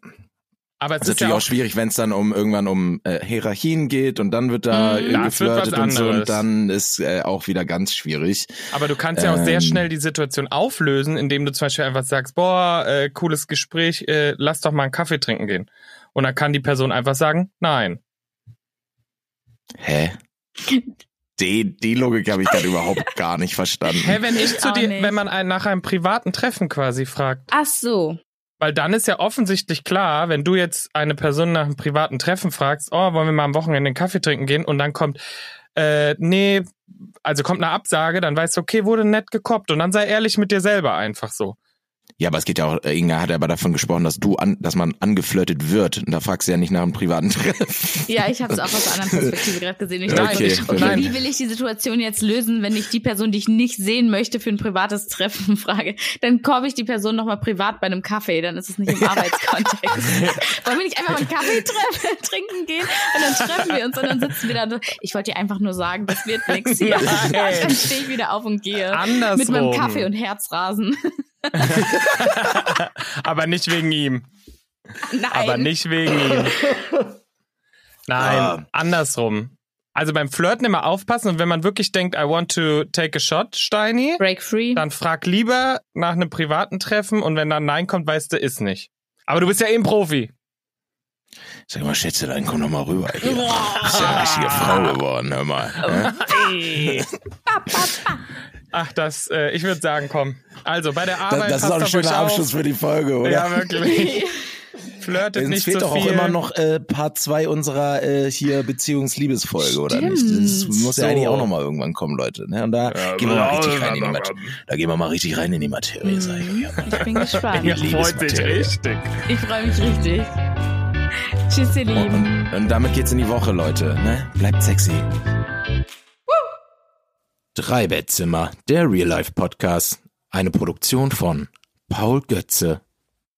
Speaker 1: Aber es
Speaker 2: Das
Speaker 1: ist
Speaker 2: ist
Speaker 1: ja
Speaker 2: natürlich
Speaker 1: auch,
Speaker 2: auch schwierig, wenn es dann um irgendwann um äh, Hierarchien geht und dann wird da
Speaker 3: Mhm.
Speaker 2: äh,
Speaker 1: Ja, es Hm, wird was
Speaker 2: geflirtet und so
Speaker 1: anderes.
Speaker 2: und dann ist äh, auch wieder ganz schwierig.
Speaker 1: aber du kannst ja auch sehr
Speaker 2: Ähm.
Speaker 1: schnell die Situation auflösen, indem du zum Beispiel einfach sagst, boah, äh, cooles Gespräch, äh, lass doch mal einen Kaffee trinken gehen. Und dann kann die Person einfach sagen, nein.
Speaker 2: Hä? Die, die Logik habe ich dann überhaupt gar nicht verstanden.
Speaker 1: Hä, wenn ich zu
Speaker 3: Auch
Speaker 1: dir,
Speaker 3: nicht.
Speaker 1: wenn man einen nach einem privaten Treffen quasi fragt,
Speaker 3: Ach so.
Speaker 1: weil dann ist ja offensichtlich klar, wenn du jetzt eine Person nach einem privaten Treffen fragst, oh, wollen wir mal am Wochenende einen Kaffee trinken gehen und dann kommt, äh, nee, also kommt eine Absage, dann weißt du, okay, wurde nett gekoppt und dann sei ehrlich mit dir selber einfach so.
Speaker 2: Ja, aber es geht ja auch, äh, Inga hat ja aber davon gesprochen, dass du an, dass man angeflirtet wird. Und da fragst du ja nicht nach einem privaten Treffen.
Speaker 3: Ja, ich habe es auch aus einer anderen Perspektive gerade gesehen. Ich dachte,
Speaker 2: Okay,
Speaker 3: okay,
Speaker 1: nein.
Speaker 3: wie will ich die Situation jetzt lösen, wenn ich die Person, die ich nicht sehen möchte, für ein privates Treffen frage? Dann korbe ich die Person nochmal privat bei einem Kaffee, dann ist es nicht im Arbeitskontext. Wollen wir nicht einfach mal einen Kaffee treffen, trinken gehen und dann treffen wir uns und dann sitzen wir da. und so, Ich wollte dir einfach nur sagen, das wird nix hier.
Speaker 1: Nein.
Speaker 3: Dann stehe ich wieder auf und gehe.
Speaker 1: Andersrum.
Speaker 3: Mit meinem Kaffee und Herzrasen.
Speaker 1: Aber nicht wegen ihm.
Speaker 3: Nein.
Speaker 1: Aber nicht wegen ihm. Nein,
Speaker 2: Ah.
Speaker 1: andersrum. Also beim Flirten immer aufpassen und wenn man wirklich denkt, I want to take a shot, Steini,
Speaker 3: Break free.
Speaker 1: dann frag lieber nach einem privaten Treffen und wenn dann Nein kommt, weißt du, ist nicht. Aber du bist ja eben Profi.
Speaker 2: Sag mal, Schätzelein, komm doch mal rüber. Hier. Du bist ja eine richtige Frau geworden, hör mal. ne?
Speaker 1: Ach, das, äh, ich würde sagen, komm. Also bei der
Speaker 2: Das,
Speaker 1: Arbeit.
Speaker 2: das ist auch ein
Speaker 1: passt auf euch
Speaker 2: schöner
Speaker 1: auf.
Speaker 2: Abschluss für die Folge, oder?
Speaker 1: Ja, wirklich. Flirtet
Speaker 2: Uns
Speaker 1: nicht
Speaker 2: fehlt
Speaker 1: zu
Speaker 2: doch
Speaker 1: viel.
Speaker 2: auch immer noch äh, Part 2 unserer äh, hier Beziehungsliebesfolge, oder nicht? Das
Speaker 3: Stimmt.
Speaker 2: muss
Speaker 1: So.
Speaker 2: ja eigentlich auch nochmal irgendwann kommen, Leute. Ne? Und da gehen wir mal richtig rein in die Materie. Da gehen wir mal richtig rein in die Materie, sag ich euch.
Speaker 3: Ich bin gespannt.
Speaker 1: Ihr freut sich
Speaker 2: Liebesmaterial.
Speaker 1: richtig.
Speaker 3: Ich freue mich richtig. Tschüss, ihr
Speaker 2: Und,
Speaker 3: Lieben.
Speaker 1: Mhm.
Speaker 2: und, und damit geht's in die Woche, Leute. Ne? Bleibt sexy. Drei Bettzimmer, der Real Life Podcast. Eine Produktion von Paul Götze